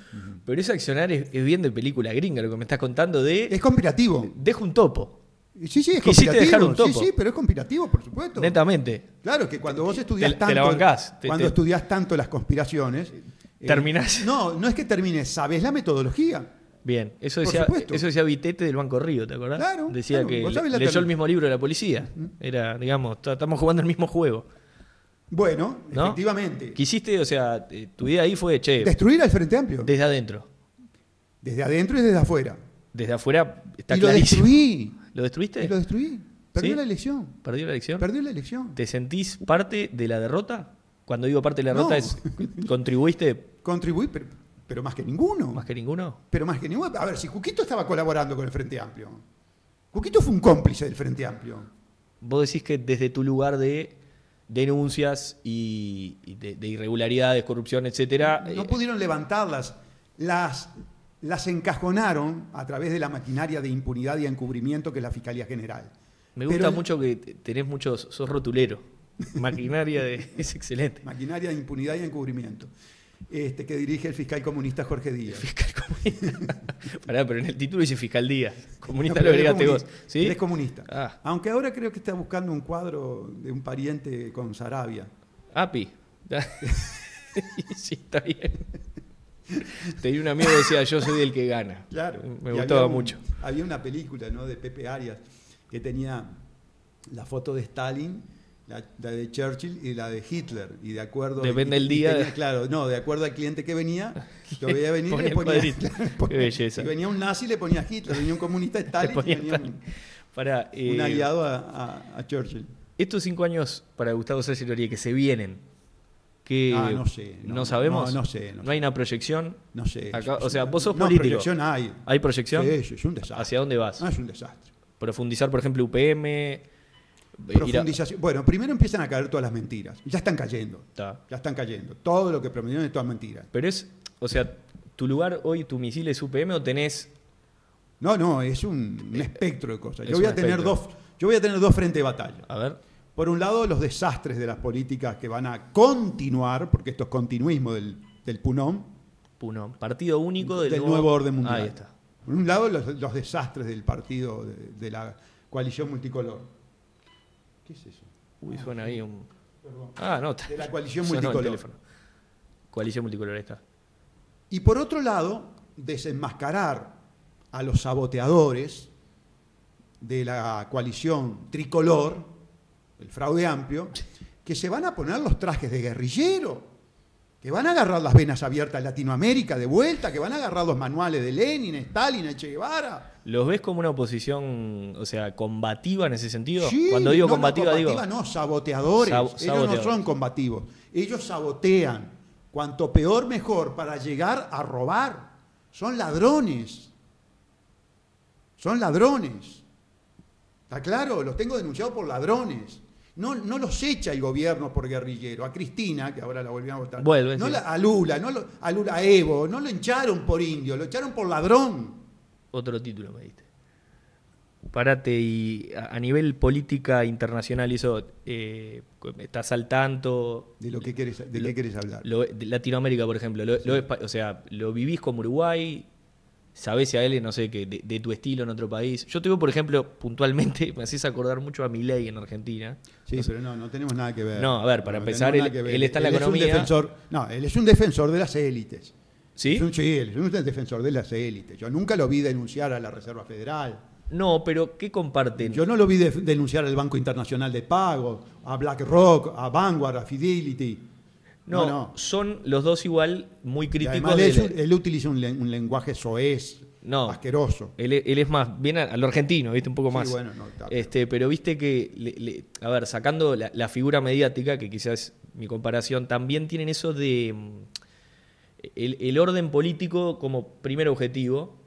S1: pero ese accionar es, es bien de película gringa, lo que me estás contando de...
S2: Es conspirativo.
S1: Dejo un topo,
S2: Sí, sí, es
S1: Quisiste
S2: conspirativo.
S1: dejar un topo.
S2: Sí, sí, pero es conspirativo, por supuesto.
S1: netamente.
S2: Claro, que cuando vos estudias
S1: te la
S2: tanto.
S1: bancás, te-
S2: cuando
S1: te-
S2: estudias tanto las conspiraciones. eh,
S1: Terminás.
S2: no, no es que termines, sabes la metodología.
S1: Bien, eso
S2: Por
S1: decía,
S2: supuesto.
S1: eso decía Vitete del Banco Río, ¿te acordás?
S2: Claro,
S1: decía
S2: claro,
S1: que
S2: vos sabés la
S1: leyó
S2: tabla.
S1: el mismo libro de la policía. Era, digamos, ta- estamos jugando el mismo juego.
S2: Bueno,
S1: ¿no?
S2: efectivamente.
S1: Quisiste, o sea, eh, tu idea ahí fue, che,
S2: Destruir al Frente Amplio.
S1: desde adentro.
S2: desde adentro y desde afuera.
S1: Desde afuera está
S2: y lo
S1: clarísimo.
S2: destruí.
S1: ¿Lo destruiste?
S2: Y lo destruí. Perdió
S1: ¿Sí?
S2: la elección.
S1: ¿Perdió la elección?
S2: Perdió la elección.
S1: ¿Te sentís parte de la derrota? Cuando digo parte de la
S2: No.
S1: derrota es contribuiste
S2: Contribuí, pero, pero más que ninguno.
S1: más que ninguno.
S2: Pero más que ninguno. A ver, si Cuquito estaba colaborando con el Frente Amplio. Cuquito fue un cómplice del Frente Amplio.
S1: Vos decís que desde tu lugar de denuncias y, y de, de irregularidades, corrupción, etcétera,
S2: No
S1: eh,
S2: pudieron levantarlas. Las, las encajonaron a través de la maquinaria de impunidad y encubrimiento que es la Fiscalía General.
S1: me gusta
S2: Pero-
S1: mucho que te- tenés muchos, sos rotulero. Maquinaria de, es excelente.
S2: Maquinaria de impunidad y encubrimiento. Este, que dirige el fiscal comunista Jorge Díaz.
S1: Fiscal comunista. Pará, pero en el título dice fiscal Díaz. Comunista
S2: No,
S1: lo
S2: pero él es
S1: agregaste vos.
S2: comunista.
S1: ¿Sí?
S2: Él es comunista.
S1: Ah.
S2: Aunque ahora creo que está buscando un cuadro de un pariente con Sarabia.
S1: API. sí, está bien. Tenía un amigo que decía, yo soy el que gana.
S2: Claro.
S1: Me
S2: Y
S1: gustaba
S2: había un-
S1: mucho.
S2: Había una película ¿no? de Pepe Arias que tenía la foto de Stalin La, la de Churchill y la de Hitler. Y de acuerdo.
S1: Depende
S2: y-
S1: del
S2: y
S1: día.
S2: tenía- claro, no, de acuerdo al cliente que venía, lo veía venir y
S1: Ponía
S2: le
S1: el
S2: ponía.
S1: cuadrito.
S2: claro, le
S1: Qué belleza.
S2: Si venía un nazi, le ponía Hitler. Venía un comunista, Stalin. y
S1: ponía
S2: venía un,
S1: Para,
S2: un aliado a, a- a Churchill.
S1: eh, estos cinco años para Gustavo Sergio Loría que se vienen, que
S2: Ah, no sé, no, no,
S1: sabemos,
S2: no, no sé, no
S1: hay una proyección,
S2: No sé.
S1: Acá-
S2: eso-
S1: o sea, vos sos
S2: no,
S1: político.
S2: proyección hay.
S1: hay proyección.
S2: Sí, eso es un desastre.
S1: ¿Hacia dónde vas?
S2: Ah, es un desastre.
S1: Profundizar, por ejemplo, UPM. eh, ir a-
S2: Profundización. Bueno, primero empiezan a caer todas las mentiras. Ya están cayendo.
S1: Está.
S2: Ya están cayendo. Todo lo que prometieron es todas mentiras.
S1: Pero es, o sea, tu lugar hoy, tu misil es UPM o tenés
S2: No, no, es un, un espectro de cosas.
S1: Eh, es
S2: Yo voy,
S1: un
S2: a tener
S1: espectro.
S2: dos, yo voy a tener dos frentes de batalla.
S1: A ver.
S2: Por un lado, los desastres de las políticas que van a continuar, porque esto es continuismo del, del Punón,
S1: Puno. Partido único del,
S2: del nuevo orden mundial.
S1: Ahí está.
S2: Por un lado, los, los desastres del partido de, de la coalición multicolor. ¿Qué es eso?
S1: Uy, suena ahí un.
S2: Ah, Perdón.
S1: Ah, no. está-
S2: De la coalición
S1: sonó el
S2: multicolor.
S1: teléfono. Coalición multicolor, ahí está.
S2: Y por otro lado, desenmascarar a los saboteadores de la coalición tricolor, el fraude amplio, que se van a poner los trajes de guerrillero, que van a agarrar las venas abiertas de Latinoamérica de vuelta, que van a agarrar los manuales de Lenin, Stalin, Che Guevara.
S1: ¿Los ves como una oposición, o sea, combativa en ese sentido?
S2: Sí,
S1: Cuando digo
S2: no, no,
S1: combativa, digo.
S2: no, saboteadores.
S1: Sab-
S2: Ellos
S1: saboteadores.
S2: no son combativos. Ellos sabotean. Cuanto peor, mejor, para llegar a robar. Son ladrones. Son ladrones. ¿Está claro? Los tengo denunciados por ladrones. No, no los echa el gobierno por guerrillero. A Cristina, que ahora la volvieron a votar.
S1: Vuelve,
S2: no
S1: sí.
S2: la- a Lula, no lo- a Lula, a Evo. No lo echaron por indio, lo echaron por ladrón.
S1: Otro título me diste. Parate y a a nivel política internacional, y eso, eh, ¿estás al tanto?
S2: ¿De, lo que querés, de
S1: Lo-
S2: qué querés hablar?
S1: Lo- de Latinoamérica, por ejemplo, lo- lo es pa- o sea, lo vivís como Uruguay, sabés si a él, no sé, que de, de tu estilo en otro país. Yo te veo, por ejemplo, puntualmente, me haces acordar mucho a Milei en Argentina.
S2: Sí, pero no, no tenemos nada que ver.
S1: No, a ver, para empezar,
S2: tenemos nada
S1: él-
S2: que ver.
S1: él está en la
S2: es un
S1: economía.
S2: defensor- no, él es un defensor de las élites.
S1: ¿Sí?
S2: Es un, sí, él es un defensor de las élites. Yo nunca lo vi denunciar a la Reserva Federal.
S1: No, pero ¿qué comparten?
S2: Yo no lo vi de- denunciar al Banco Internacional de Pagos, a BlackRock, a Vanguard, a Fidelity.
S1: no,
S2: No, no.
S1: son los dos igual muy
S2: Y
S1: críticos.
S2: además
S1: de
S2: él,
S1: la-
S2: es un- él utiliza un, len- un lenguaje soez,
S1: No.
S2: asqueroso.
S1: Él, es- él es más, bien a, a lo argentino, viste, un poco
S2: Sí,
S1: más.
S2: bueno, no, está.
S1: este, pero viste que, le- le- a ver, sacando la, la figura mediática, que quizás mi comparación, también tienen eso de mm, el, el orden político como primer objetivo.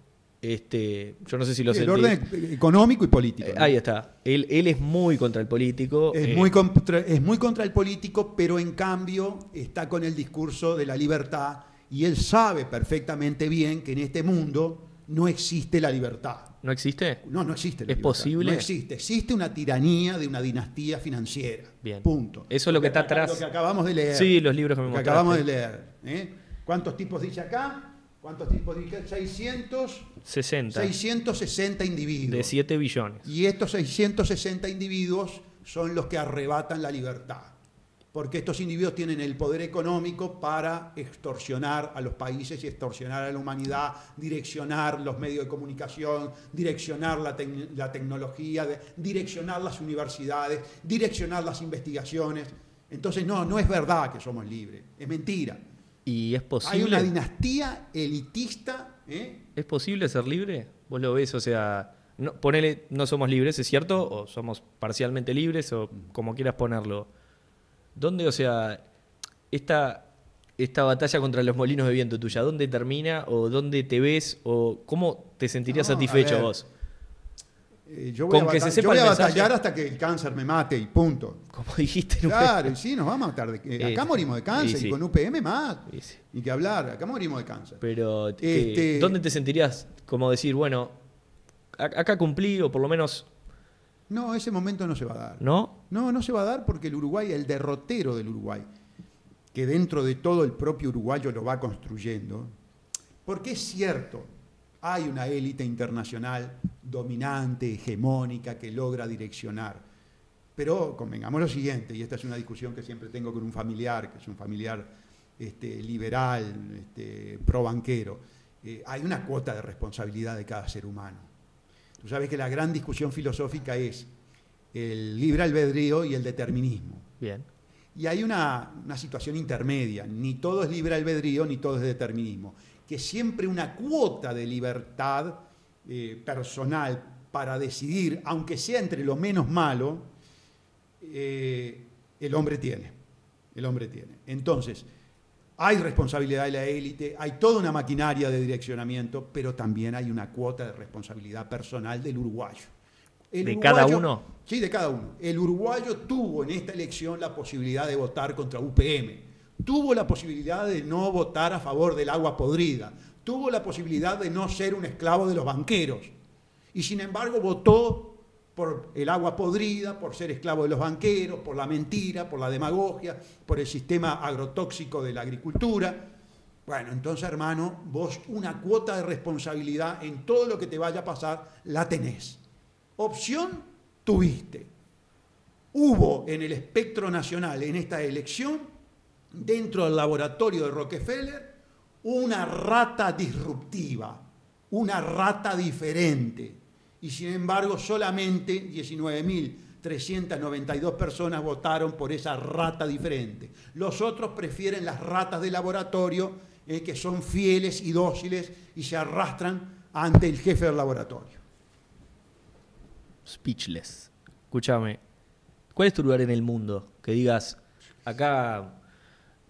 S1: Este, yo no sé si lo
S2: Sí, el
S1: sentís.
S2: orden e- económico y político.
S1: Eh,
S2: ¿no?
S1: ahí está. Él, él es muy contra el político.
S2: Es,
S1: eh,
S2: muy contra, es muy contra el político, pero en cambio está con el discurso de la libertad y él sabe perfectamente bien que en este mundo no existe la libertad.
S1: ¿No existe?
S2: No, no existe la
S1: ¿Es
S2: libertad.
S1: posible?
S2: No existe. Existe una tiranía de una dinastía financiera.
S1: Bien.
S2: Punto.
S1: Eso es lo que está
S2: acá-
S1: atrás.
S2: Lo que acabamos de leer.
S1: Sí, los libros que me
S2: Lo que
S1: mostraste.
S2: acabamos de leer. ¿eh? ¿Cuántos tipos dice acá? ¿Cuántos tipos dice? 600,
S1: 60
S2: 660 individuos.
S1: de 7 billones.
S2: Y estos 660 individuos son los que arrebatan la libertad, porque estos individuos tienen el poder económico para extorsionar a los países y extorsionar a la humanidad, direccionar los medios de comunicación, direccionar la, tec- la tecnología, de- direccionar las universidades, direccionar las investigaciones. Entonces, no, no es verdad que somos libres, es mentira.
S1: ¿Y es posible?
S2: Hay una dinastía elitista. ¿eh?
S1: ¿Es posible ser libre? ¿Vos lo ves? O sea, no, ponele, no somos libres, ¿es cierto? O somos parcialmente libres, o
S2: Mm.
S1: como quieras ponerlo. ¿Dónde, o sea, esta, esta batalla contra los molinos de viento tuya, ¿dónde termina? ¿O dónde te ves? ¿O cómo te sentirías
S2: No, Ah, a
S1: satisfecho
S2: ver.
S1: vos?
S2: Eh, yo voy,
S1: Con
S2: a,
S1: que se
S2: batal-
S1: sepa
S2: yo voy
S1: el
S2: a
S1: mensaje.
S2: batallar hasta que el cáncer me mate y punto.
S1: Como dijiste, en un-
S2: Claro, y sí, nos vamos a matar. de- eh, acá
S1: Eh,
S2: morimos de cáncer
S1: y
S2: y,
S1: sí.
S2: con UPM más.
S1: Y sí.
S2: Y que hablar, acá morimos de cáncer.
S1: Pero, ¿qué-
S2: Este-
S1: ¿dónde te sentirías como decir, bueno, a- acá cumplí, o por lo menos,
S2: No, ese momento no se va a dar.
S1: ¿no?
S2: No, no se va a dar porque el Uruguay, el derrotero del Uruguay, que dentro de todo el propio uruguayo lo va construyendo, porque es cierto, hay una élite internacional dominante, hegemónica, que logra direccionar. Pero convengamos lo siguiente, y esta es una discusión que siempre tengo con un familiar, que es un familiar este, liberal, este, probanquero. Eh, hay una cuota de responsabilidad de cada ser humano. Tú sabes que la gran discusión filosófica es, el libre albedrío y el determinismo.
S1: Bien.
S2: Y hay una, una situación intermedia, ni todo es libre albedrío ni todo es determinismo, que siempre una cuota de libertad eh, personal para decidir, aunque sea entre lo menos malo, eh, el hombre tiene, el hombre tiene. Entonces, hay responsabilidad de la élite, hay toda una maquinaria de direccionamiento, pero también hay una cuota de responsabilidad personal del uruguayo. El
S1: ¿De
S2: uruguayo-
S1: cada uno?
S2: Sí, de cada uno. El uruguayo tuvo en esta elección la posibilidad de votar contra UPM, tuvo la posibilidad de no votar a favor del agua podrida, tuvo la posibilidad de no ser un esclavo de los banqueros y sin embargo votó por el agua podrida, por ser esclavo de los banqueros, por la mentira, por la demagogia, por el sistema agrotóxico de la agricultura. Bueno, entonces hermano, vos una cuota de responsabilidad en todo lo que te vaya a pasar la tenés. Opción tuviste. Hubo en el espectro nacional, en esta elección, dentro del laboratorio de Rockefeller, una rata disruptiva, una rata diferente. Y sin embargo, solamente 19.392 personas votaron por esa rata diferente. Los otros prefieren las ratas de laboratorio, eh, que son fieles y dóciles y se arrastran ante el jefe del laboratorio.
S1: Speechless. Escúchame. ¿Cuál es tu lugar en el mundo? Que digas, acá,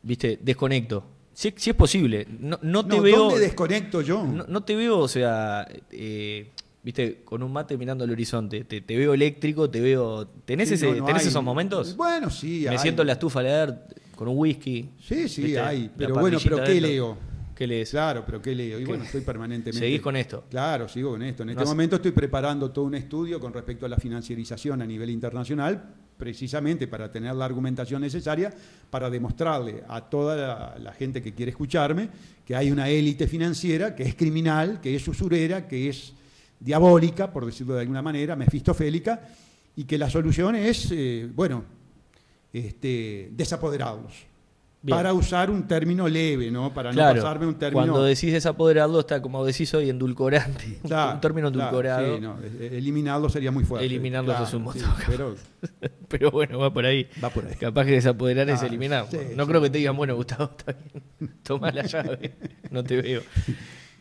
S1: viste, desconecto. Si, si es posible. No, no te
S2: No,
S1: veo.
S2: ¿Dónde desconecto yo?
S1: No, no te veo, o sea, eh, viste, con un mate mirando al horizonte. Te, te veo eléctrico, te veo. ¿Tenés,
S2: Sí,
S1: ese,
S2: no, no
S1: ¿tenés
S2: hay-
S1: esos momentos?
S2: Bueno, sí.
S1: Me
S2: hay.
S1: siento en la estufa a leer con un whisky.
S2: Sí, sí,
S1: ¿viste?
S2: hay.
S1: La
S2: Pero bueno,
S1: parrillita
S2: pero ¿qué
S1: adentro.
S2: leo?
S1: ¿Qué lees?
S2: Claro, pero ¿qué leo? Y
S1: ¿Qué?
S2: bueno, estoy permanentemente.
S1: Seguís con esto.
S2: Claro, sigo con esto. En
S1: No
S2: este
S1: hace-
S2: momento estoy preparando todo un estudio con respecto a la financiarización a nivel internacional, precisamente para tener la argumentación necesaria para demostrarle a toda la, la gente que quiere escucharme que hay una élite financiera que es criminal, que es usurera, que es diabólica, por decirlo de alguna manera, mefistofélica, y que la solución es, eh, bueno, este, desapoderarlos.
S1: Bien.
S2: Para usar un término leve, ¿no? Para
S1: Claro,
S2: no pasarme un término.
S1: cuando decís desapoderarlo está como decís hoy endulcorante, un-
S2: Claro,
S1: un término
S2: claro,
S1: endulcorado,
S2: sí, no, eh, eliminarlo sería muy fuerte.
S1: Eliminarlo es un montón.
S2: pero
S1: pero bueno, va por ahí.
S2: va por ahí.
S1: Capaz que desapoderar es
S2: Claro,
S1: eliminar.
S2: sí,
S1: no
S2: sí.
S1: creo que te digan, bueno, Gustavo, está bien, toma la llave, no te veo.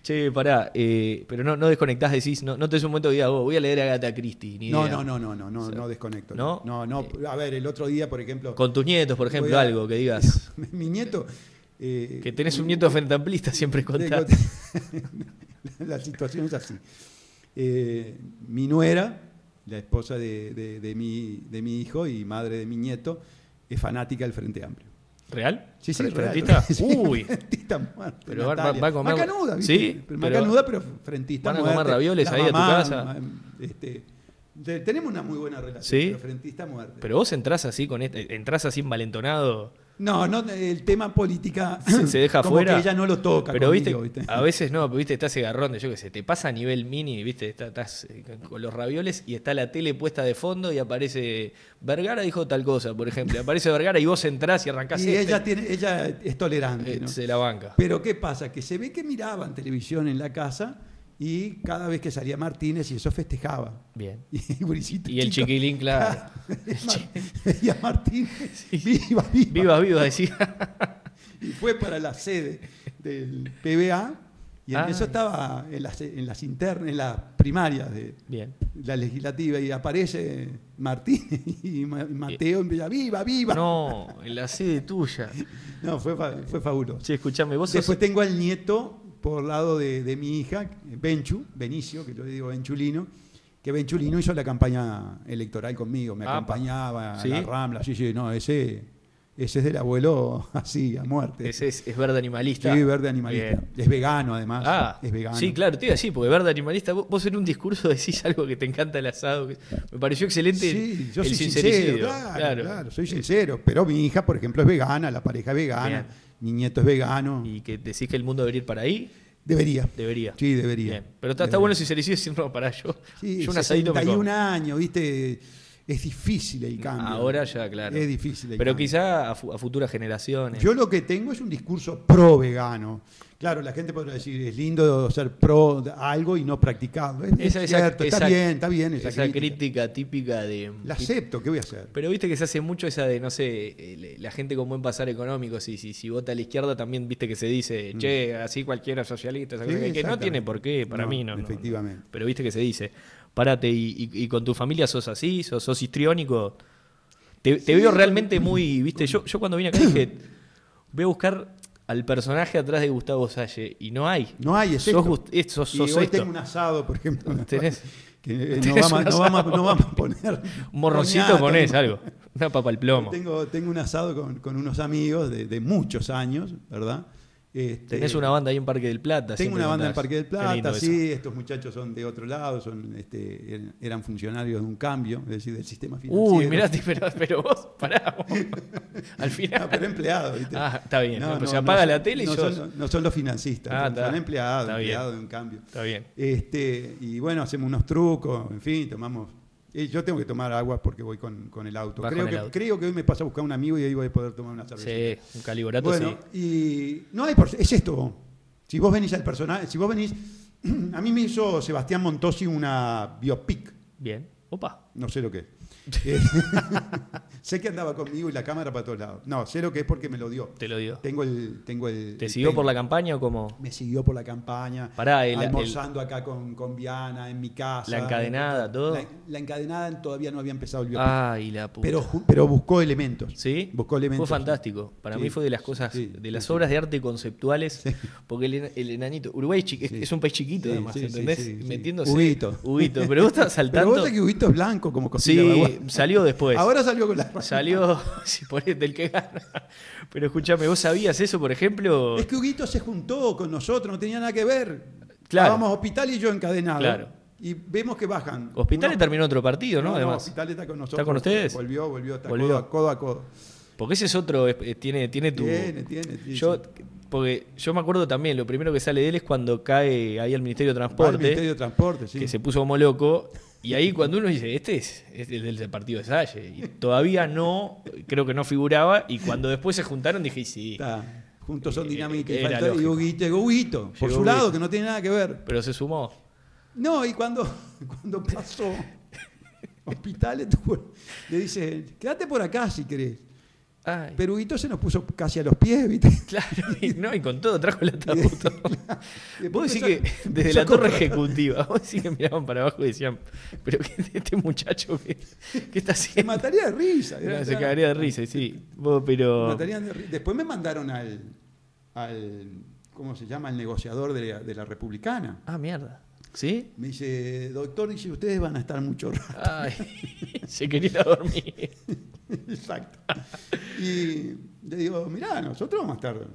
S1: Che, pará, eh, pero no, no desconectás, decís, no, no te es un momento que digas, "Oh, voy a leer a Gata Christie, ni
S2: No,
S1: idea.
S2: no, no, no, no, no, no desconecto.
S1: ¿No? Eh.
S2: no, no. A ver, el otro día, por ejemplo,
S1: Con tus nietos, por ejemplo,
S2: Voy a-
S1: algo que digas,
S2: mi nieto. eh,
S1: que tenés un nieto frente amplista, siempre contás.
S2: La situación es así. Eh, mi nuera, la esposa de, de- de mi, de mi hijo y madre de mi nieto, es fanática del Frente Amplio.
S1: ¿Real?
S2: Sí, sí,
S1: ¿Frentista?
S2: real. Sí,
S1: Uy,
S2: frentista muerto,
S1: Pero van-
S2: Natalia.
S1: van a comer-
S2: Macanuda, ¿viste?
S1: Sí,
S2: Pero
S1: pero-
S2: macanuda, pero frentista
S1: van a comer
S2: muerto.
S1: ravioles
S2: La
S1: ahí a tu
S2: mamá,
S1: casa.
S2: ma- este, te- tenemos una muy buena relación,
S1: Sí.
S2: pero frentista muerte.
S1: pero vos entrás así, con este, entrás así envalentonado.
S2: no, no, el tema política
S1: se, se deja
S2: como
S1: fuera.
S2: que ella no lo toca.
S1: Pero viste,
S2: conmigo, ¿viste?
S1: a veces no, pero viste, está ese garrón de yo que sé, te pasa a nivel mini, viste, está- estás eh, con los ravioles y está la tele puesta de fondo y aparece Vergara dijo tal cosa, por ejemplo. Aparece Vergara y vos entrás y arrancás
S2: Y
S1: este,
S2: ella, tiene, ella es tolerante.
S1: eh,
S2: ¿no?
S1: se la banca.
S2: Pero ¿qué pasa? Que se ve que miraban televisión en la casa y cada vez que salía Martínez y eso festejaba.
S1: Bien.
S2: Y el, gurisito
S1: Y el
S2: chico-
S1: chiquilín, claro.
S2: Y a Martínez, viva, viva.
S1: Viva, viva, decía.
S2: Y fue para la sede del PBA y en
S1: Ah.
S2: eso estaba en las, en las internas, en las primarias de
S1: Bien.
S2: la legislativa y aparece Martínez y Ma- Mateo empieza, viva, viva. No,
S1: No, en la sede tuya.
S2: fue, fa- fue fabuloso.
S1: Che, escuchame, vos sos-
S2: Después tengo al nieto por lado de, de mi hija, Benchu, Benicio, que yo le digo Benchulino, que Benchulino hizo la campaña electoral conmigo, me
S1: Ah, pa.
S2: acompañaba a la
S1: ¿Sí?
S2: Rambla, sí, sí, no, ese, ese es del abuelo así, a muerte.
S1: ese es, es verde animalista.
S2: Sí, verde animalista.
S1: Bien.
S2: Es vegano, además.
S1: Ah,
S2: es vegano.
S1: Sí, claro, te iba a decir, porque verdad animalista, vos, vos en un discurso decís algo que te encanta el asado. que- me pareció excelente el-
S2: Sí, yo
S1: el
S2: soy sincero,
S1: sincericidio,
S2: claro, claro, soy sincero. Pero mi hija, por ejemplo, es vegana, la pareja es vegana,
S1: Bien.
S2: mi nieto es vegano.
S1: Y que decís que el mundo debería ir para ahí,
S2: Debería.
S1: debería.
S2: Sí, debería.
S1: Bien. Pero está, está
S2: Debería.
S1: bueno el sincericidio, siempre para yo.
S2: Sí,
S1: yo un asadito me como.
S2: 71 años, ¿viste? Es difícil el cambio.
S1: Ahora ya, claro.
S2: Es difícil el
S1: Pero
S2: cambio.
S1: quizá a, fu- a futuras generaciones.
S2: Yo lo que tengo es un discurso pro vegano. Claro, la gente podrá decir, es lindo ser pro de algo y no practicarlo. Es,
S1: Esa- esa-
S2: cierto,
S1: esa-
S2: está bien, está bien esa, crítica.
S1: típica de.
S2: La acepto, ¿qué voy a hacer?
S1: Pero viste que se hace mucho esa de, no sé, eh, le- la gente con buen pasar económico. Si, si, si vota a la izquierda, también viste que se dice, che, así cualquiera socialista. esa
S2: Mm. Sí,
S1: cosa que- que no
S2: exactamente.
S1: tiene por qué, para
S2: No,
S1: mí no. no,
S2: efectivamente.
S1: no. Pero viste que se dice, parate y, y- y con tu familia sos así, sos, sos histriónico. Te, te veo realmente muy, viste, yo, yo cuando vine acá dije, voy a buscar al personaje atrás de Gustavo Salle y no hay.
S2: No hay, es
S1: sos,
S2: esto.
S1: Gust- es- sos-
S2: Y
S1: sos
S2: hoy
S1: esto.
S2: tengo un asado, por ejemplo.
S1: Tenés-
S2: que, eh, no,
S1: tenés
S2: vamos,
S1: un
S2: no vamos-
S1: asado.
S2: no vamos a poner.
S1: Un morroncito
S2: coñac,
S1: ponés
S2: tengo-
S1: algo. Una papa al plomo.
S2: Tengo, tengo un asado con, con unos amigos de, de muchos años, ¿verdad? Este,
S1: Tenés una banda ahí en Parque del Plata.
S2: Tengo
S1: siempre
S2: una banda en
S1: contás.
S2: Parque del
S1: Qué lindo
S2: Plata,
S1: eso.
S2: sí, estos muchachos son de otro lado, son, este, eran- eran funcionarios de un cambio, es decir, del sistema financiero.
S1: Uy, mirá, pero, pero vos, pará. vos. Al
S2: Ah, pero
S1: final.
S2: empleado, ¿viste?
S1: Ah, está bien. No, pues se apaga
S2: son-
S1: la tele y
S2: no
S1: sos-
S2: son, no son los financistas,
S1: Ah,
S2: son,
S1: está.
S2: son empleados,
S1: Está bien.
S2: empleados de un cambio.
S1: Está bien.
S2: Este, y bueno, hacemos unos trucos, en fin, tomamos. y yo tengo que tomar agua porque voy con, con el auto.
S1: Vas
S2: Creo,
S1: con el
S2: que,
S1: auto.
S2: creo que hoy me pasa a buscar un amigo y ahí voy a poder tomar una cerveza.
S1: Sí, un caliborato
S2: Bueno, y no hay por- es esto. Si vos venís al personaje, si vos venís, a mí me hizo Sebastián Montosi una biopic,
S1: sí. Bien. Opa.
S2: no sé lo que es. Eh, sé que andaba conmigo y la cámara para todos lados. No, sé lo que es porque me lo dio.
S1: Te lo digo.
S2: Tengo el, tengo el.
S1: ¿Te
S2: el
S1: siguió
S2: tema.
S1: por la campaña o como
S2: Me siguió por la campaña.
S1: Pará, el-
S2: almorzando acá con, con Viana en mi casa.
S1: la encadenada, todo?
S2: La, la encadenada todavía no había empezado el biopic.
S1: Ay, la puta.
S2: pero, ju- pero buscó elementos.
S1: ¿Sí?
S2: Buscó elementos.
S1: Fue fantástico. Para
S2: Sí,
S1: mí fue de las cosas,
S2: sí,
S1: de
S2: sí,
S1: las
S2: sí.
S1: obras de arte conceptuales, porque el, ena- el enanito. Uruguay es, chi- es-
S2: Sí.
S1: es un país chiquito,
S2: Sí,
S1: además,
S2: sí, sí,
S1: ¿entendés?
S2: sí, sí.
S1: Metiéndose.
S2: Huguito.
S1: Huguito. Pero vos estás
S2: Pero
S1: saltando.
S2: vos sabés que Huguito es blanco como cocina
S1: sí, salió después.
S2: Ahora salió con la
S1: Pues, Salió si ponés del que gana. Pero escúchame, ¿vos sabías eso, por ejemplo?
S2: Es que Huguito se juntó con nosotros, no tenía nada que ver.
S1: Claro.
S2: Vamos a hospital y yo encadenado.
S1: Claro.
S2: Y vemos que bajan.
S1: Hospitales
S2: Uno-
S1: terminó otro partido, ¿no? Además.
S2: Hospital está con nosotros.
S1: ¿Está con ustedes?
S2: Volvió, volvió, está
S1: Volvió.
S2: Codo, a, codo a codo.
S1: Porque ese es otro, eh, tiene, tiene tu.
S2: Tiene, tiene, tiene,
S1: Yo,
S2: sí.
S1: porque yo me acuerdo también, lo primero que sale de él es cuando cae ahí al Ministerio de
S2: Va al
S1: Transporte,
S2: Ministerio de Transporte, sí.
S1: que se puso como loco. Y ahí cuando uno dice, este es, es el del partido de Salle. Y todavía no, creo que no figuraba. Y cuando después se juntaron dije, "Y sí.
S2: Está. Juntos son
S1: Eh,
S2: dinámica y
S1: era
S2: falta- y
S1: lógico.
S2: Huguito, llegó Huguito, por
S1: Llegó
S2: su lado,
S1: Huguito.
S2: que no tiene nada que ver.
S1: Pero se sumó.
S2: No, y cuando, cuando pasó hospitales, tuvo- le dice, quédate por acá si querés.
S1: Ay.
S2: Pero Huguito se nos puso casi a los pies, ¿viste?
S1: Claro, y, no, y con todo trajo el ataúd.
S2: Y
S1: Vos
S2: después
S1: decís que
S2: empezó-
S1: desde
S2: empezó
S1: la
S2: a
S1: torre
S2: correr.
S1: ejecutiva, vos decís que miraban para abajo y decían, pero ¿qué, este muchacho qué, qué está
S2: Me
S1: haciendo?
S2: mataría de risa.
S1: Claro,
S2: era-
S1: se
S2: era-
S1: cagaría de risa, y sí. Vos,
S2: me
S1: pero.
S2: matarían de ri- Después me mandaron al, al- ¿cómo se llama? Al negociador de la, de la republicana.
S1: Ah, mierda. ¿Sí?
S2: Me dice, doctor, dice, ustedes van a estar mucho rato.
S1: Ay, se quería ir a dormir.
S2: Exacto. Y le digo, mirá, nosotros vamos a estar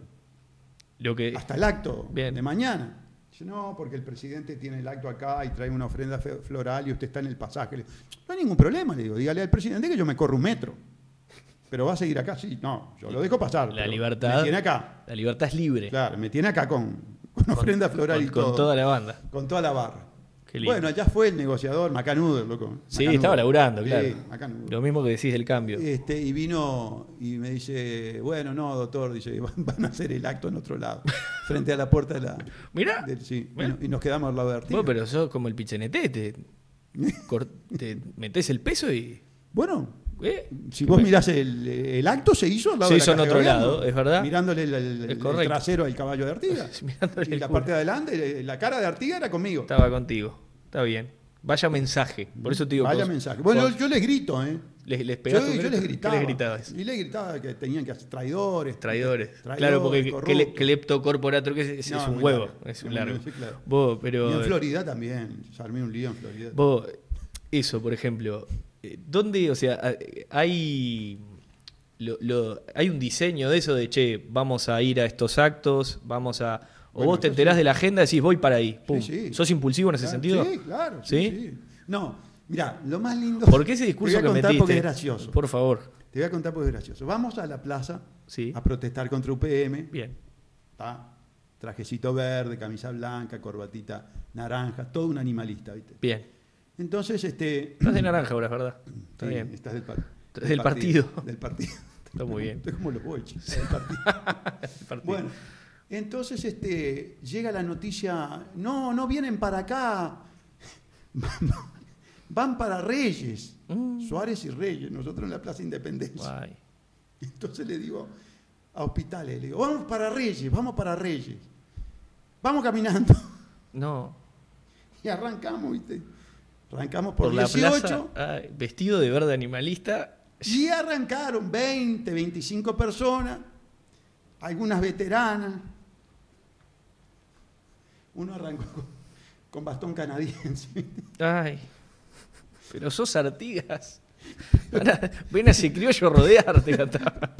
S1: Lo que.
S2: hasta el acto
S1: Bien.
S2: de mañana. Dice, no, porque el presidente tiene el acto acá y trae una ofrenda fe- floral y usted está en el pasaje. Le digo, no hay ningún problema, le digo, dígale al presidente que yo me corro un metro. Pero va a seguir acá, sí, no, yo lo dejo pasar.
S1: La
S2: pero
S1: libertad.
S2: Me tiene acá,
S1: La libertad es libre.
S2: claro, me tiene acá con, con ofrenda floral
S1: con,
S2: y todo,
S1: con toda la banda.
S2: con toda la barra.
S1: Qué lindo.
S2: Bueno, allá fue el negociador, macanudo, loco.
S1: sí,
S2: macanudo.
S1: estaba laburando,
S2: Sí,
S1: claro.
S2: macanudo.
S1: Lo mismo que decís del cambio.
S2: Este, y vino y me dice, bueno, no, doctor, dice, van, van a hacer el acto en otro lado, frente a la puerta de la...
S1: Mirá.
S2: del- sí, y
S1: Bueno.
S2: no- y nos quedamos al lado de Artigas.
S1: Vos, pero sos como el pichenete, te, cor- te metés el peso y.
S2: Bueno,
S1: ¿eh?
S2: si vos mirás el, el acto, se hizo al lado
S1: Se
S2: de la
S1: hizo en
S2: Caja de
S1: otro
S2: Gobierno,
S1: lado, es verdad.
S2: Mirándole el, el-
S1: Es
S2: el
S1: correcto.
S2: trasero al caballo de Artigas.
S1: Mirándole
S2: y
S1: el
S2: la
S1: culo.
S2: parte de adelante, eh, la cara de Artigas era conmigo.
S1: Estaba contigo. Está bien. Vaya mensaje. Por eso te digo.
S2: Vaya
S1: cos-
S2: mensaje. Bueno,
S1: cos-
S2: yo, yo les grito, ¿eh?
S1: les, les
S2: Yo,
S1: pegás un
S2: yo
S1: grito.
S2: les
S1: ¿Qué
S2: gritaba.
S1: les gritabas?
S2: Y les gritaba que tenían que hacer traidores.
S1: Traidores.
S2: traidores,
S1: Claro, porque que- que le-
S2: corruptos.
S1: cleptocorporato que es, es-
S2: No,
S1: es
S2: es
S1: un
S2: muy
S1: huevo.
S2: largo.
S1: Es
S2: Es
S1: un
S2: muy
S1: largo.
S2: largo, sí, claro.
S1: Vos, pero.
S2: Y en Florida también. Se armé un lío en Florida.
S1: Vos, eso, por ejemplo, eh, ¿dónde, o sea, a- hay, lo- lo- hay un diseño de eso de, che, vamos a ir a estos actos, vamos a... O
S2: Bueno,
S1: vos te
S2: eso
S1: enterás
S2: sí.
S1: de la agenda y decís, voy para ahí. Pum.
S2: sí.
S1: ¿Sos impulsivo en ese
S2: Claro,
S1: sentido?
S2: Ah, Sí, claro.
S1: ¿Sí?
S2: ¿Sí? sí. No, mira, lo más lindo.
S1: ¿Por qué ese discurso
S2: te voy a
S1: que
S2: contar
S1: metiste?
S2: porque es gracioso.
S1: Por favor.
S2: Te voy a contar porque es gracioso. Vamos a la plaza
S1: Sí.
S2: a protestar contra UPM.
S1: Bien.
S2: ¿tá? Trajecito verde, camisa blanca, corbatita naranja, todo un animalista, ¿viste?
S1: Bien.
S2: Entonces, este.
S1: Estás de naranja ahora, es ¿verdad? Está
S2: sí,
S1: bien.
S2: Estás del, par-
S1: Del partido.
S2: Del partido.
S1: Está muy bien.
S2: Estoy como los bolches. del partido.
S1: El partido.
S2: Bueno, entonces este, llega la noticia, no, no vienen para acá, van para Reyes,
S1: Mm.
S2: Suárez y Reyes, nosotros en la Plaza Independencia.
S1: Guay.
S2: Entonces le digo a hospitales, le digo, vamos para Reyes, vamos para Reyes, vamos caminando.
S1: No.
S2: Y arrancamos, ¿viste? Arrancamos por,
S1: Por, la
S2: 18
S1: plaza, ah, vestido de verde animalista.
S2: y arrancaron 20, 25 personas, algunas veteranas. Uno arrancó con, con bastón canadiense.
S1: Ay. Pero sos Artigas. Pará, ven a ese criollo a rodearte. Gata.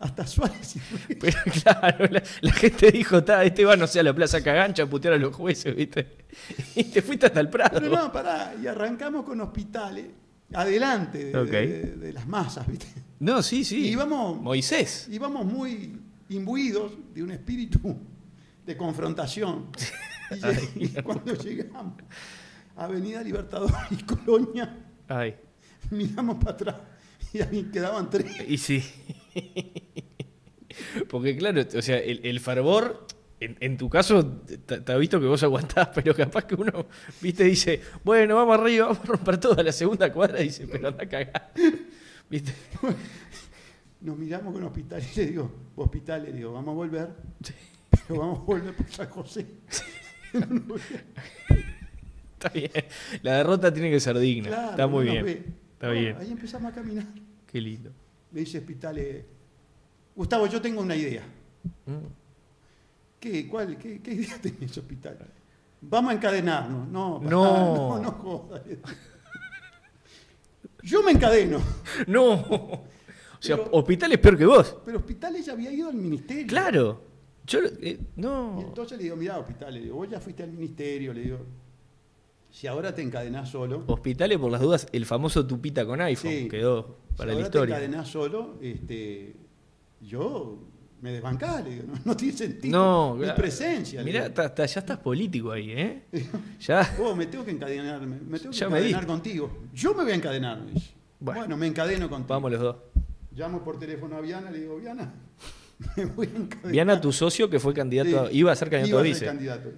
S2: Hasta Suárez. y Ruiz.
S1: Pero claro, la, la gente dijo, está, este va, no sé, a la plaza Cagancha a putear a los jueces, ¿viste? Y te fuiste hasta el Prado.
S2: Pero no, pará. Y arrancamos con hospitales. Adelante de,
S1: Ok.
S2: de- de las masas, ¿viste?
S1: No, sí, sí.
S2: Y vamos-
S1: Moisés.
S2: Íbamos muy imbuidos de un espíritu de confrontación. Y, lleg- y cuando llegamos a Avenida Libertador y Colonia,
S1: Ay.
S2: miramos para atrás y ahí quedaban tres.
S1: Y sí. Porque claro, o sea, el, el fervor, en, en tu caso, te, te ha visto que vos aguantás, pero capaz que uno, viste, dice, bueno, vamos arriba, vamos a romper toda la segunda cuadra, y dice, pero anda a cagar. ¿Viste?
S2: Nos miramos con hospital y le digo, hospital, le digo, vamos a volver, pero vamos a volver por San José.
S1: Está bien. La derrota tiene que ser digna.
S2: Claro,
S1: Está muy
S2: no
S1: bien.
S2: nos ve.
S1: Está
S2: Bueno,
S1: bien.
S2: Ahí empezamos a caminar.
S1: Qué lindo.
S2: Le dice hospital, eh, Gustavo, yo tengo una idea.
S1: Mm.
S2: ¿Qué, cuál, qué, qué idea tenés, hospital? Vamos a encadenarnos. No, pará,
S1: No.
S2: no, no jodas. Yo me encadeno.
S1: No. O sea,
S2: Pero-
S1: hospital es peor que vos.
S2: Pero hospitales ya había ido al ministerio.
S1: Claro. Yo, eh,
S2: Y
S1: no.
S2: entonces le digo, mirá, hospital, le digo, vos ya fuiste al ministerio, le digo, si ahora te encadenás solo,
S1: Hospitales, por las dudas, el famoso tupita con iPhone
S2: Sí.
S1: quedó para
S2: si
S1: la
S2: ahora
S1: historia.
S2: te encadenás solo, este, yo me desbancás, le digo, no, no tiene sentido
S1: No,
S2: mi
S1: claro.
S2: presencia. le
S1: Mirá,
S2: digo.
S1: ta- ta- ya estás político ahí, ¿eh? Ya.
S2: Vos, Oh, me tengo que encadenar, me, me tengo que
S1: Ya me
S2: encadenar
S1: diste.
S2: contigo. Yo me voy a encadenar, me dice. Bueno,
S1: Bueno.
S2: me encadeno contigo.
S1: Vamos los dos.
S2: Llamo por teléfono a Viana, le digo, Viana, me voy a encadenar.
S1: Viana, tu socio que fue candidato, a-
S2: Sí,
S1: iba a ser candidato
S2: iba
S1: a
S2: a ser
S1: vice.
S2: candidato.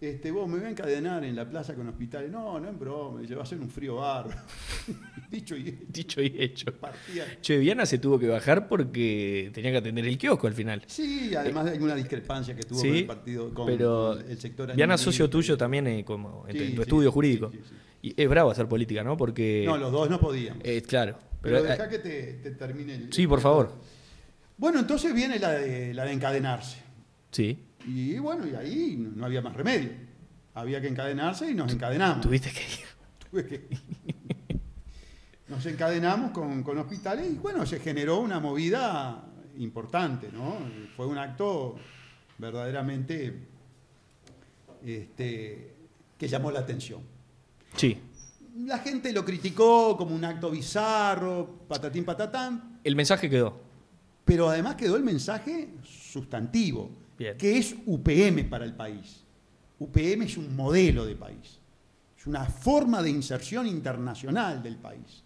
S2: Este, vos me voy a encadenar en la plaza con hospitales. No, no en broma, dice, va a ser un frío bárbaro. Dicho y hecho,
S1: Dicho y hecho.
S2: partía.
S1: Che, Viana se tuvo que bajar porque tenía que atender el kiosco al final.
S2: Sí, además hay una discrepancia que tuvo
S1: Sí,
S2: con el partido, con
S1: pero
S2: el sector
S1: Viana,
S2: animalista.
S1: socio tuyo también, eh, como en, tu-
S2: Sí,
S1: en tu
S2: sí,
S1: estudio
S2: sí,
S1: jurídico.
S2: sí, sí, sí.
S1: Y es bravo hacer política, ¿no? Porque.
S2: No, los dos no podíamos.
S1: eh, claro.
S2: pero
S1: Pero,
S2: deja
S1: eh,
S2: que te, te termine el.
S1: sí, por favor.
S2: Bueno, entonces viene la de, la de encadenarse.
S1: Sí.
S2: Y bueno, y ahí no no había más remedio. Había que encadenarse y nos encadenamos.
S1: Tuviste que ir.
S2: Tuve que- Nos encadenamos con, con hospitales y bueno, se generó una movida importante, ¿no? Fue un acto verdaderamente este, que llamó la atención.
S1: Sí.
S2: La gente lo criticó como un acto bizarro, patatín patatán,
S1: El mensaje quedó.
S2: pero además quedó el mensaje sustantivo,
S1: Bien.
S2: que es UPM para el país. UPM es un modelo de país, es una forma de inserción internacional del país.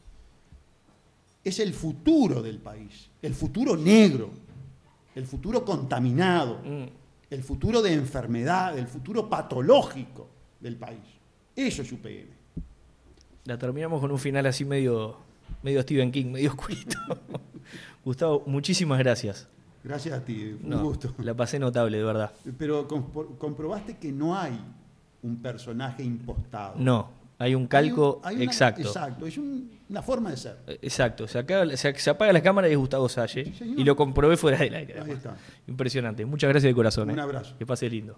S2: Es el futuro del país, el futuro negro, el futuro contaminado,
S1: Mm.
S2: el futuro de enfermedad, el futuro patológico del país. Eso es UPM.
S1: La terminamos con un final así medio, medio Stephen King, medio oscurito. Gustavo, muchísimas gracias.
S2: Gracias a ti, un
S1: No,
S2: gusto.
S1: La pasé notable, de verdad.
S2: Pero compro- comprobaste que no hay un personaje impostado.
S1: No, hay un calco
S2: Hay un- hay una-
S1: exacto. exacto.
S2: Exacto, es un- una forma de ser.
S1: se, acaba- se- se apaga la cámara y es Gustavo Salle.
S2: Sí, señor.
S1: y lo comprobé fuera del aire.
S2: Ahí
S1: además.
S2: está.
S1: Impresionante. Muchas gracias de corazón.
S2: Un
S1: eh.
S2: abrazo.
S1: Que pase lindo.